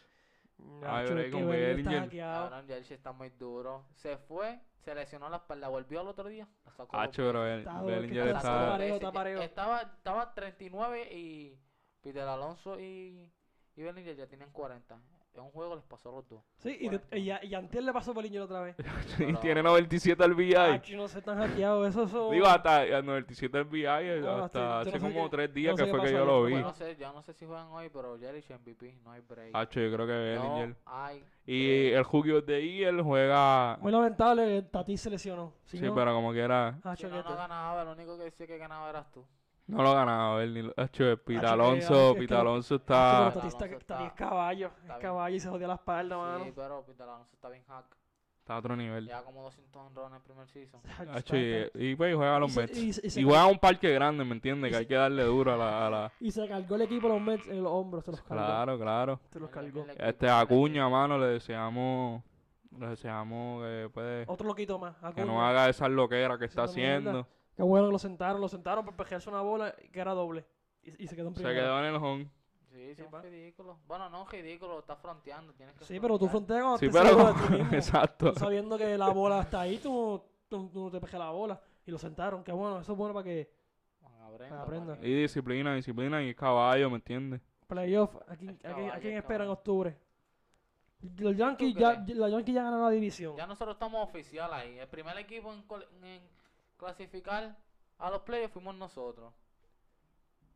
Speaker 2: Ay,
Speaker 1: Hacho, es
Speaker 2: break
Speaker 1: que
Speaker 2: con
Speaker 1: Bellinger
Speaker 2: Bellinger.
Speaker 1: está hackeado.
Speaker 3: Cabrón, Yeltsin está muy duro. Se fue, se lesionó la espalda, volvió al otro día. la sacó dos
Speaker 2: Tacho, pero Bell-
Speaker 1: Está duro, que
Speaker 2: Bellinger
Speaker 1: está
Speaker 2: está.
Speaker 1: duro. Pareo,
Speaker 3: Ese
Speaker 1: está
Speaker 3: que-
Speaker 1: pareo.
Speaker 3: Estaba, estaba 39 y Peter Alonso y, y Bellinger ya tienen 40. En un juego les pasó a los dos.
Speaker 1: Sí, y, de- y, a- y antes le pasó Bellinger otra vez.
Speaker 2: Y tiene 97 al BI.
Speaker 1: Hacho, no se están hackeados. Eso son...
Speaker 2: Digo, hasta eh, el 97 el BI,
Speaker 1: No, no,
Speaker 2: eh, hasta
Speaker 1: estoy- yo
Speaker 2: hace
Speaker 1: no sé
Speaker 2: como
Speaker 1: qué-
Speaker 2: tres días
Speaker 1: no sé
Speaker 2: que
Speaker 1: qué
Speaker 2: fue que
Speaker 1: pasó este
Speaker 2: yo
Speaker 1: ahí,
Speaker 2: lo
Speaker 1: pero
Speaker 2: vi.
Speaker 3: Yo
Speaker 1: bueno.
Speaker 3: no sé, yo no sé si juegan hoy, pero Yelich MVP, no hay break.
Speaker 2: Hacho, yo creo que Bellinger.
Speaker 3: no hay.
Speaker 2: Y el Julio de ahí, él juega.
Speaker 1: Muy lamentable que Tati se lesionó. Si
Speaker 2: Sí,
Speaker 1: no,
Speaker 2: pero como quiera,
Speaker 3: Si
Speaker 1: Hacho,
Speaker 3: no,
Speaker 1: que
Speaker 3: no ganaba, lo único que decía que ganaba eras tú.
Speaker 2: no lo ha ganado él. Ni lo... Hacho,
Speaker 1: que-
Speaker 2: Pita
Speaker 1: ay, es
Speaker 2: Alonso,
Speaker 1: que
Speaker 2: Pita
Speaker 1: lo-
Speaker 2: Alonso
Speaker 1: Hacho, pero
Speaker 2: está.
Speaker 1: Tati, está,
Speaker 3: Alonso
Speaker 1: Tati es
Speaker 3: está-
Speaker 1: caballo.
Speaker 3: está
Speaker 1: es
Speaker 3: bien.
Speaker 1: caballo y se jodía la espalda,
Speaker 3: Sí,
Speaker 1: mano.
Speaker 3: pero pues, Peter Alonso está bien hack.
Speaker 2: Está a otro nivel.
Speaker 3: Ya como 200 honrones en el primer season.
Speaker 1: Hacho,
Speaker 2: Hacho, y,
Speaker 1: está-
Speaker 2: y, pues juega a
Speaker 1: Y
Speaker 2: los
Speaker 1: se-
Speaker 2: Mets.
Speaker 1: y se- y se-
Speaker 2: Y juega a un parque grande, ¿me
Speaker 1: y
Speaker 2: entiendes? Que
Speaker 1: se-
Speaker 2: hay que darle duro a la. A la...
Speaker 1: Y se cargó el equipo los Mets en los hombros. Se los cargó.
Speaker 2: Claro, claro.
Speaker 1: Se los
Speaker 3: Mira,
Speaker 1: cargó.
Speaker 3: mira el equipo,
Speaker 2: Este
Speaker 3: mira el
Speaker 2: Acuña, mano, le deseamos Le deseamos que, pues,
Speaker 1: Otro loquito más.
Speaker 2: que
Speaker 1: Acuña.
Speaker 2: no haga esas loqueras que está
Speaker 1: Haciendo mierda.
Speaker 2: haciendo.
Speaker 1: Qué bueno que lo sentaron, lo sentaron para pejearse una bola que era doble. Y, y se quedó en
Speaker 2: Se
Speaker 1: primera.
Speaker 2: quedó en el home.
Speaker 3: Sí,
Speaker 1: Sí,
Speaker 3: son
Speaker 1: pa.
Speaker 3: ridículos. Bueno, no ridículo, estás fronteando, tienes que
Speaker 1: Sí, pero tú
Speaker 3: frontear.
Speaker 1: fronteas cuando estés
Speaker 2: Sí, pero...
Speaker 1: seguro de ti mismo.
Speaker 2: Exacto.
Speaker 1: Tú sabiendo que la bola está ahí, tú, tú- tú no te pejes la bola. Y lo sentaron. Qué bueno, eso es bueno para que
Speaker 3: Bueno, aprenda,
Speaker 1: aprenda.
Speaker 3: pa' que-
Speaker 2: Y disciplina, disciplina y caballo, ¿me entiendes?
Speaker 1: playoff. ¿A quién,
Speaker 3: El
Speaker 1: a quién- a
Speaker 3: caballo,
Speaker 1: quién espera
Speaker 3: el
Speaker 1: en
Speaker 3: caballo.
Speaker 1: octubre? Los Yankees ya,
Speaker 3: crees?
Speaker 1: los Yankees ya ganaron la división.
Speaker 3: Ya nosotros estamos oficial ahí. El primer equipo en, col- en clasificar a los playoffs fuimos nosotros.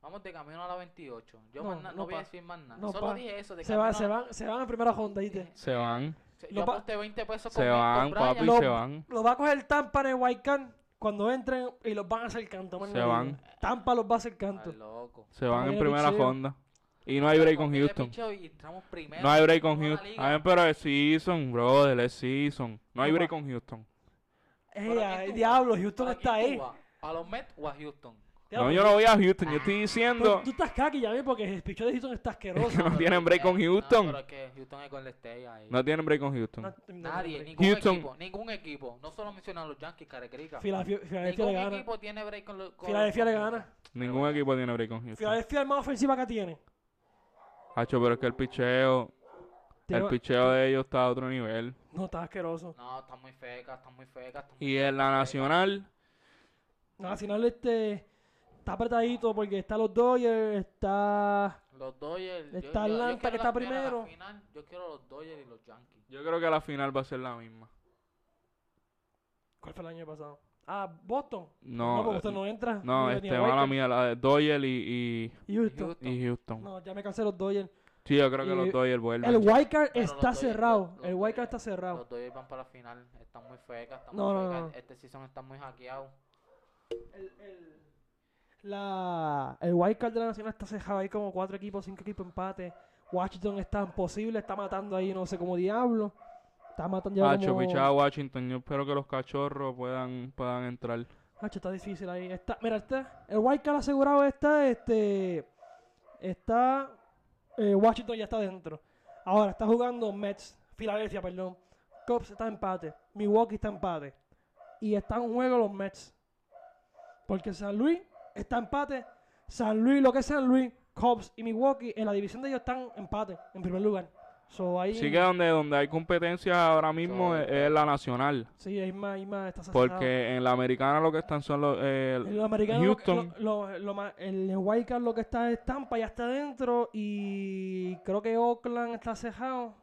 Speaker 3: Vamos de camino a la 28. Yo
Speaker 1: No,
Speaker 3: más na-
Speaker 1: no
Speaker 3: no voy a
Speaker 1: pa.
Speaker 3: decir más nada.
Speaker 1: No
Speaker 3: Solo
Speaker 1: pa.
Speaker 3: dije eso. De
Speaker 1: se, va,
Speaker 3: camino
Speaker 1: se,
Speaker 3: a la-
Speaker 1: van, se van en primera ronda, ¿viste?
Speaker 2: Se van.
Speaker 3: Se-
Speaker 1: no
Speaker 3: Yo
Speaker 1: pa.
Speaker 3: aposté 20 pesos
Speaker 2: Se
Speaker 3: con, con
Speaker 2: van,
Speaker 3: Brian.
Speaker 2: papi,
Speaker 1: Lo-
Speaker 2: se van.
Speaker 1: Los va a coger Tampa en el White Can cuando entren y los van a hacer canto. más
Speaker 2: Se
Speaker 1: nadie.
Speaker 2: van.
Speaker 1: Tampa los va a hacer
Speaker 3: Ay,
Speaker 1: canto.
Speaker 3: loco.
Speaker 2: Se van
Speaker 1: También
Speaker 2: en
Speaker 1: el
Speaker 2: primera
Speaker 1: picheo.
Speaker 2: ronda. Y no hay break con
Speaker 3: Porque le
Speaker 2: Houston.
Speaker 3: picheo y entramos primero.
Speaker 2: No hay break con
Speaker 3: Toda la
Speaker 2: Houston.
Speaker 3: liga.
Speaker 2: A ver, pero es season, brother, es season. No hay
Speaker 1: No,
Speaker 2: break
Speaker 1: pa.
Speaker 2: con Houston.
Speaker 1: ¡Ey,
Speaker 3: ¿Pero a
Speaker 1: ay,
Speaker 3: quién tú
Speaker 1: diablo!
Speaker 3: vas?
Speaker 1: Houston
Speaker 3: ¿A
Speaker 1: está
Speaker 3: quién
Speaker 1: ahí.
Speaker 3: tú vas? ¿A los Mets o a Houston?
Speaker 2: No,
Speaker 1: Diablo,
Speaker 2: yo no voy a Houston. Yo estoy
Speaker 1: tú-
Speaker 2: diciendo
Speaker 1: Tú estás caqui ya, vi, porque el pichón de Houston está
Speaker 2: que
Speaker 1: asqueroso.
Speaker 2: no tienen break con
Speaker 3: No, pero
Speaker 2: Houston.
Speaker 3: es que Houston es con el Stay ahí.
Speaker 2: No tienen break con Houston.
Speaker 1: No- no- no-
Speaker 3: Nadie,
Speaker 1: no-
Speaker 3: ningún
Speaker 2: Houston.
Speaker 3: equipo, ningún equipo. No solo mencionan los Yankees, carecrica.
Speaker 1: Filadelfia Filadelfia
Speaker 3: Ningún
Speaker 1: le gana.
Speaker 3: equipo tiene break con los. con-
Speaker 1: Filadelfia le
Speaker 3: con-
Speaker 1: gana.
Speaker 2: Ningún equipo tiene break con Houston.
Speaker 1: Filadelfia es más ofensiva que tiene.
Speaker 2: Hacho, pero es que el picheo, el
Speaker 1: Tiene-
Speaker 2: picheo de ellos está a otro nivel.
Speaker 1: No, está asqueroso.
Speaker 3: No, están muy fecas, están muy fecas. están muy
Speaker 2: Y en la nacional,
Speaker 1: Nacional este está apretadito porque está los Dodgers, está
Speaker 3: fecas. Los Dodgers.
Speaker 1: Está Atlanta,
Speaker 3: quiero
Speaker 1: que
Speaker 3: la-
Speaker 1: está
Speaker 3: mira, la
Speaker 1: primero.
Speaker 3: final, yo quiero los Dodgers y los Yankees.
Speaker 2: yo creo que la final va a ser la misma.
Speaker 1: ¿Cuál fue el año pasado? Ah, Boston. No, porque
Speaker 2: No, eh,
Speaker 1: usted no entra. ni-
Speaker 2: no,
Speaker 1: ni
Speaker 2: este,
Speaker 1: a White
Speaker 2: mala
Speaker 1: Card.
Speaker 2: mía, la de Doyle y,
Speaker 1: Y Houston.
Speaker 2: y, y Houston.
Speaker 1: No, ya me cansé de los Dodgers.
Speaker 2: Sí, yo creo que
Speaker 1: Y-
Speaker 2: los Doyle
Speaker 1: El
Speaker 2: vuelven.
Speaker 1: Wildcard
Speaker 3: Pero los
Speaker 1: está
Speaker 3: Dodgers-
Speaker 1: cerrado.
Speaker 3: los
Speaker 1: El Wildcard
Speaker 3: Dodgers-
Speaker 1: está cerrado.
Speaker 3: Los Dodgers van para la final. Están muy fecas, están
Speaker 1: No,
Speaker 3: muy
Speaker 1: no,
Speaker 3: fecas.
Speaker 1: no.
Speaker 3: Este season está muy hackeado.
Speaker 1: El, el, la, el Wildcard de la Nacional está cerrado. Hay como cuatro equipos, cinco equipos empate. Washington está imposible, está matando ahí, no sé cómo diablo. Está matando ya.
Speaker 2: Hacho,
Speaker 1: como...
Speaker 2: pichado Washington. Yo espero que los cachorros puedan, puedan entrar.
Speaker 1: Hacho, está difícil ahí. Está, mira, está. El Wildcard asegurado está. Este. Está. eh, Washington ya está dentro. Ahora está jugando Mets. Filadelfia, perdón. Cubs está empate. Milwaukee está empate. Y están en juego los Mets. Porque San Luis está empate. San Luis, lo que es San Luis, Cubs y Milwaukee, en la división de ellos están empate, en primer lugar. So, ahí,
Speaker 2: Sí que donde, donde hay competencia ahora mismo
Speaker 3: Son-
Speaker 2: es, es la nacional.
Speaker 1: sí, ahí más, ahí más está sazonado.
Speaker 2: Porque en la americana lo que están son los... eh,
Speaker 1: El americano, lo-
Speaker 2: Houston.
Speaker 1: lo- lo- lo ma- el Wildcard lo que está es Tampa, ya está dentro. Y creo que Oakland está cejado.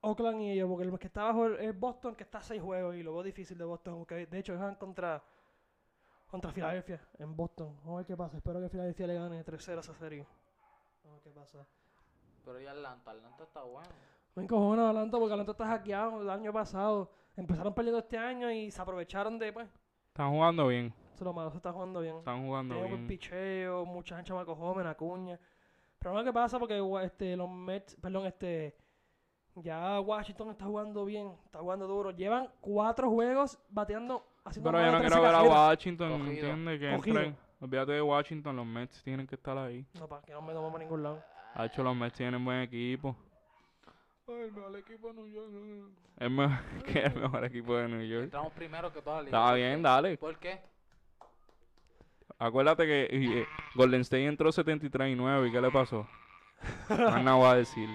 Speaker 1: Oakland y ellos, porque el que está abajo es es Boston, que está a seis juegos. Y lo veo difícil de Boston. Porque de hecho, juegan contra, contra Filadelfia en Boston. Vamos a ver qué pasa. Espero que Filadelfia le gane 3-0 a esa serie. Vamos a ver qué pasa.
Speaker 3: Pero y Atlanta, Atlanta está bueno.
Speaker 1: Me encojona Atlanta porque Atlanta está hackeado el año pasado. Empezaron perdiendo este año y se aprovecharon de, pues,
Speaker 2: están jugando bien.
Speaker 1: eso es lo malo, se está jugando bien.
Speaker 2: Están jugando
Speaker 1: Tiene buen
Speaker 2: bien.
Speaker 1: picheo, muchas chamacos jóvenes, Acuña. Pero no que pasa porque gua- este, los Mets, perdón, este, ya Washington está jugando bien, está jugando duro. Llevan cuatro juegos bateando, haciendo
Speaker 2: Pero
Speaker 1: más
Speaker 2: yo no
Speaker 1: de
Speaker 2: quiero
Speaker 1: 13
Speaker 2: ver a
Speaker 1: carreras.
Speaker 2: Washington,
Speaker 3: Cogido.
Speaker 2: ¿entiendes? Que
Speaker 1: Cogido.
Speaker 2: entren. Olvídate de Washington, los Mets tienen que estar ahí.
Speaker 1: No, pa, que no me tomo para ningún lado.
Speaker 2: Hacho, los Mets tienen buen equipo.
Speaker 3: El mejor equipo de New York.
Speaker 2: Es mejor, que el mejor equipo de New York.
Speaker 3: Entramos primero que toda la liga.
Speaker 2: Está bien, dale.
Speaker 3: ¿Por qué?
Speaker 2: Acuérdate que y, eh, Golden State entró 73 y 9. ¿Y qué le pasó? Más nada voy a decir.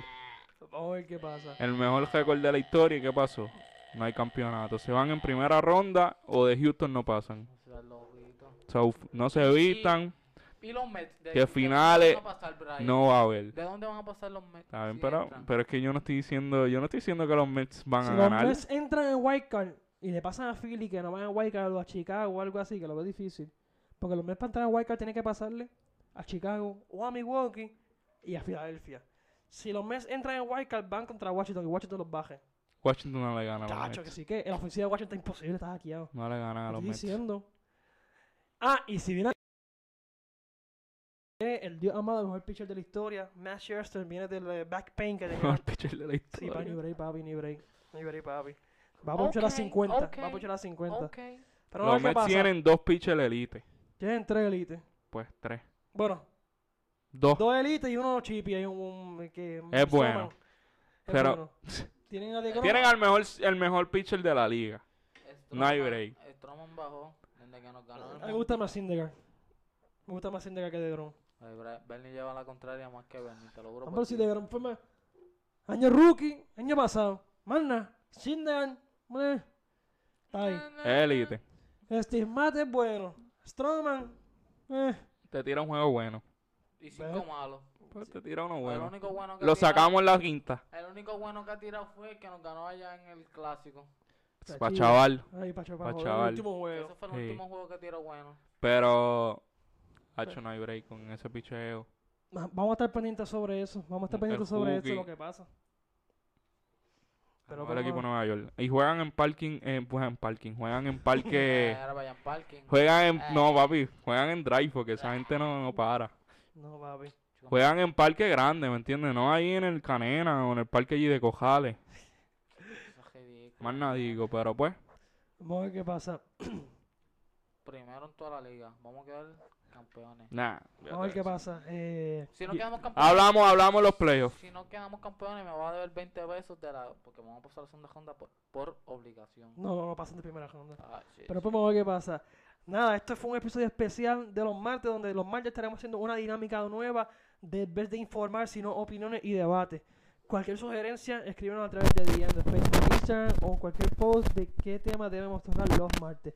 Speaker 1: Vamos a ver qué pasa.
Speaker 2: El mejor récord de la historia. ¿Y qué pasó? No hay campeonato. Se van en primera ronda o de Houston no pasan.
Speaker 3: O sea, los ojitos.
Speaker 2: So, no se vistan.
Speaker 3: Y los Mets. ¿De,
Speaker 2: Que
Speaker 3: de
Speaker 2: finales-
Speaker 3: dónde van a pasar, Brian?
Speaker 2: No va a haber.
Speaker 3: ¿De dónde van a pasar los Mets?
Speaker 2: Está bien,
Speaker 3: si
Speaker 2: pero,
Speaker 3: entran?
Speaker 2: pero es que yo no estoy diciendo, yo no estoy diciendo que los Mets van
Speaker 1: Si
Speaker 2: a
Speaker 1: los
Speaker 2: ganar.
Speaker 1: Mets entran en Wildcard y le pasan a Philly que no van a Wildcard o a Chicago o algo así, que lo veo difícil. Porque los Mets para entrar en Wildcard tienen que pasarle a Chicago o a Milwaukee y a Filadelfia. Si los Mets entran en Wildcard van contra Washington y Washington los baje.
Speaker 2: Washington no le gana a los
Speaker 1: Cacho, que
Speaker 2: Mets.
Speaker 1: sí que la ofensiva de Washington es imposible, está hackeado.
Speaker 2: No le gana a
Speaker 1: Te
Speaker 2: los
Speaker 1: estoy
Speaker 2: Mets.
Speaker 1: diciendo. Ah, y si viene eh, el dios amado, el mejor pitcher de la historia, Matt Scherzer, viene del eh, back pain que tenía.
Speaker 2: Mejor pitcher de la
Speaker 1: sí, pa, ni
Speaker 2: historia.
Speaker 1: break, papi, ni break. Ni break, papi. Va a ponchar a
Speaker 3: Ok,
Speaker 1: 50, va a
Speaker 3: ok,
Speaker 1: ponchar a 50.
Speaker 3: Ok.
Speaker 1: Pero no
Speaker 2: Los
Speaker 1: sé qué
Speaker 2: Mets
Speaker 1: pasa.
Speaker 2: tienen dos pitchers elite.
Speaker 1: Tienen tres elites.
Speaker 2: Pues tres.
Speaker 1: Bueno,
Speaker 2: Dos.
Speaker 1: dos elites y uno chippy, hay un, un- que
Speaker 2: Es bueno.
Speaker 1: Es
Speaker 2: Pero-
Speaker 1: bueno. Tienen a Diego
Speaker 2: Tienen al mejor, el mejor pitcher de la liga. No hay break.
Speaker 3: Stroman bajó desde que nos ganó el
Speaker 1: A mí me gusta más Syndergaard. Me gusta más Syndergaard que Degrom.
Speaker 3: Ay, Bra- Bernie lleva la contraria más que Bernie, te lo juro.
Speaker 1: Ah,
Speaker 3: por
Speaker 1: pero si
Speaker 3: ti.
Speaker 1: Degrom fue más. Año rookie, año pasado. Magna, Syndergaard, bleh. Está ahí.
Speaker 3: Eh.
Speaker 2: Élite.
Speaker 3: Mm.
Speaker 1: Steve Matt es bueno. Strowman, eh.
Speaker 2: Te tira un juego bueno.
Speaker 3: Y cinco malos.
Speaker 2: Pues te tira uno
Speaker 3: El
Speaker 2: bueno.
Speaker 3: único bueno que ha
Speaker 2: Lo
Speaker 3: tirado-
Speaker 2: sacamos en la quinta.
Speaker 3: El único bueno que ha tirado fue el que nos ganó allá en el clásico.
Speaker 2: Pa' chaval.
Speaker 1: Ay, pa' chaval,
Speaker 2: Pa'
Speaker 1: joder,
Speaker 2: chaval.
Speaker 1: el último
Speaker 3: Que
Speaker 1: juego.
Speaker 3: Ese fue el
Speaker 2: Sí.
Speaker 3: último juego que tiró bueno.
Speaker 2: Pero. Hacho, no hay break con ese picheo.
Speaker 1: Ma- Vamos a estar pendientes sobre eso. Vamos a estar
Speaker 2: El
Speaker 1: pendientes sobre eso,
Speaker 2: cookie.
Speaker 1: lo que pasa. Pero
Speaker 2: Pero
Speaker 1: por
Speaker 2: el equipo de
Speaker 1: favor.
Speaker 2: Nueva York. Y juegan en parking. Eh, pues en parking. Juegan en parque.
Speaker 3: Era Brian Parking.
Speaker 2: Juegan en. No, papi. Juegan en drive porque esa gente no, no para.
Speaker 1: No, papi.
Speaker 2: Juegan en parque grande, ¿me entiendes? No ahí en el Canena o en el parque allí de Cojales.
Speaker 3: Eso es ridículo.
Speaker 2: Más nada digo, pero pues.
Speaker 1: Vamos a ver qué pasa.
Speaker 3: Primero en toda la liga. Vamos a quedar campeones.
Speaker 2: Nah.
Speaker 1: Vamos a ver qué pasa. Eh,
Speaker 3: Si no
Speaker 2: Y-
Speaker 3: quedamos campeones.
Speaker 2: Hablamos, hablamos los playoffs.
Speaker 3: Si no quedamos campeones, me va a deber 20 pesos de la. Porque vamos a pasar a la segunda ronda por, por obligación.
Speaker 1: no, no, no pasan de primera ronda.
Speaker 3: Ah, shit.
Speaker 1: Pero después vamos a ver qué pasa. Nada, esto fue un episodio especial de los martes, donde los martes estaremos haciendo una dinámica nueva de en vez de informar, sino opiniones y debate. Cualquier sugerencia, escríbenos a través de DM de Facebook, Instagram o cualquier post de qué tema debemos tocar los martes.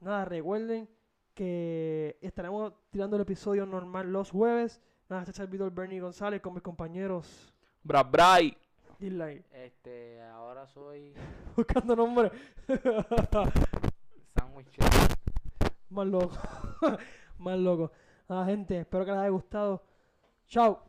Speaker 1: Nada, recuerden que estaremos tirando el episodio normal los jueves. Nada, este servidor Bernie González con mis compañeros.
Speaker 2: Bra, bray.
Speaker 1: Dislike.
Speaker 3: Este, ahora soy
Speaker 1: Buscando nombres.
Speaker 3: sándwich.
Speaker 1: Más loco. Más loco. Nada, gente, espero que les haya gustado. Chao.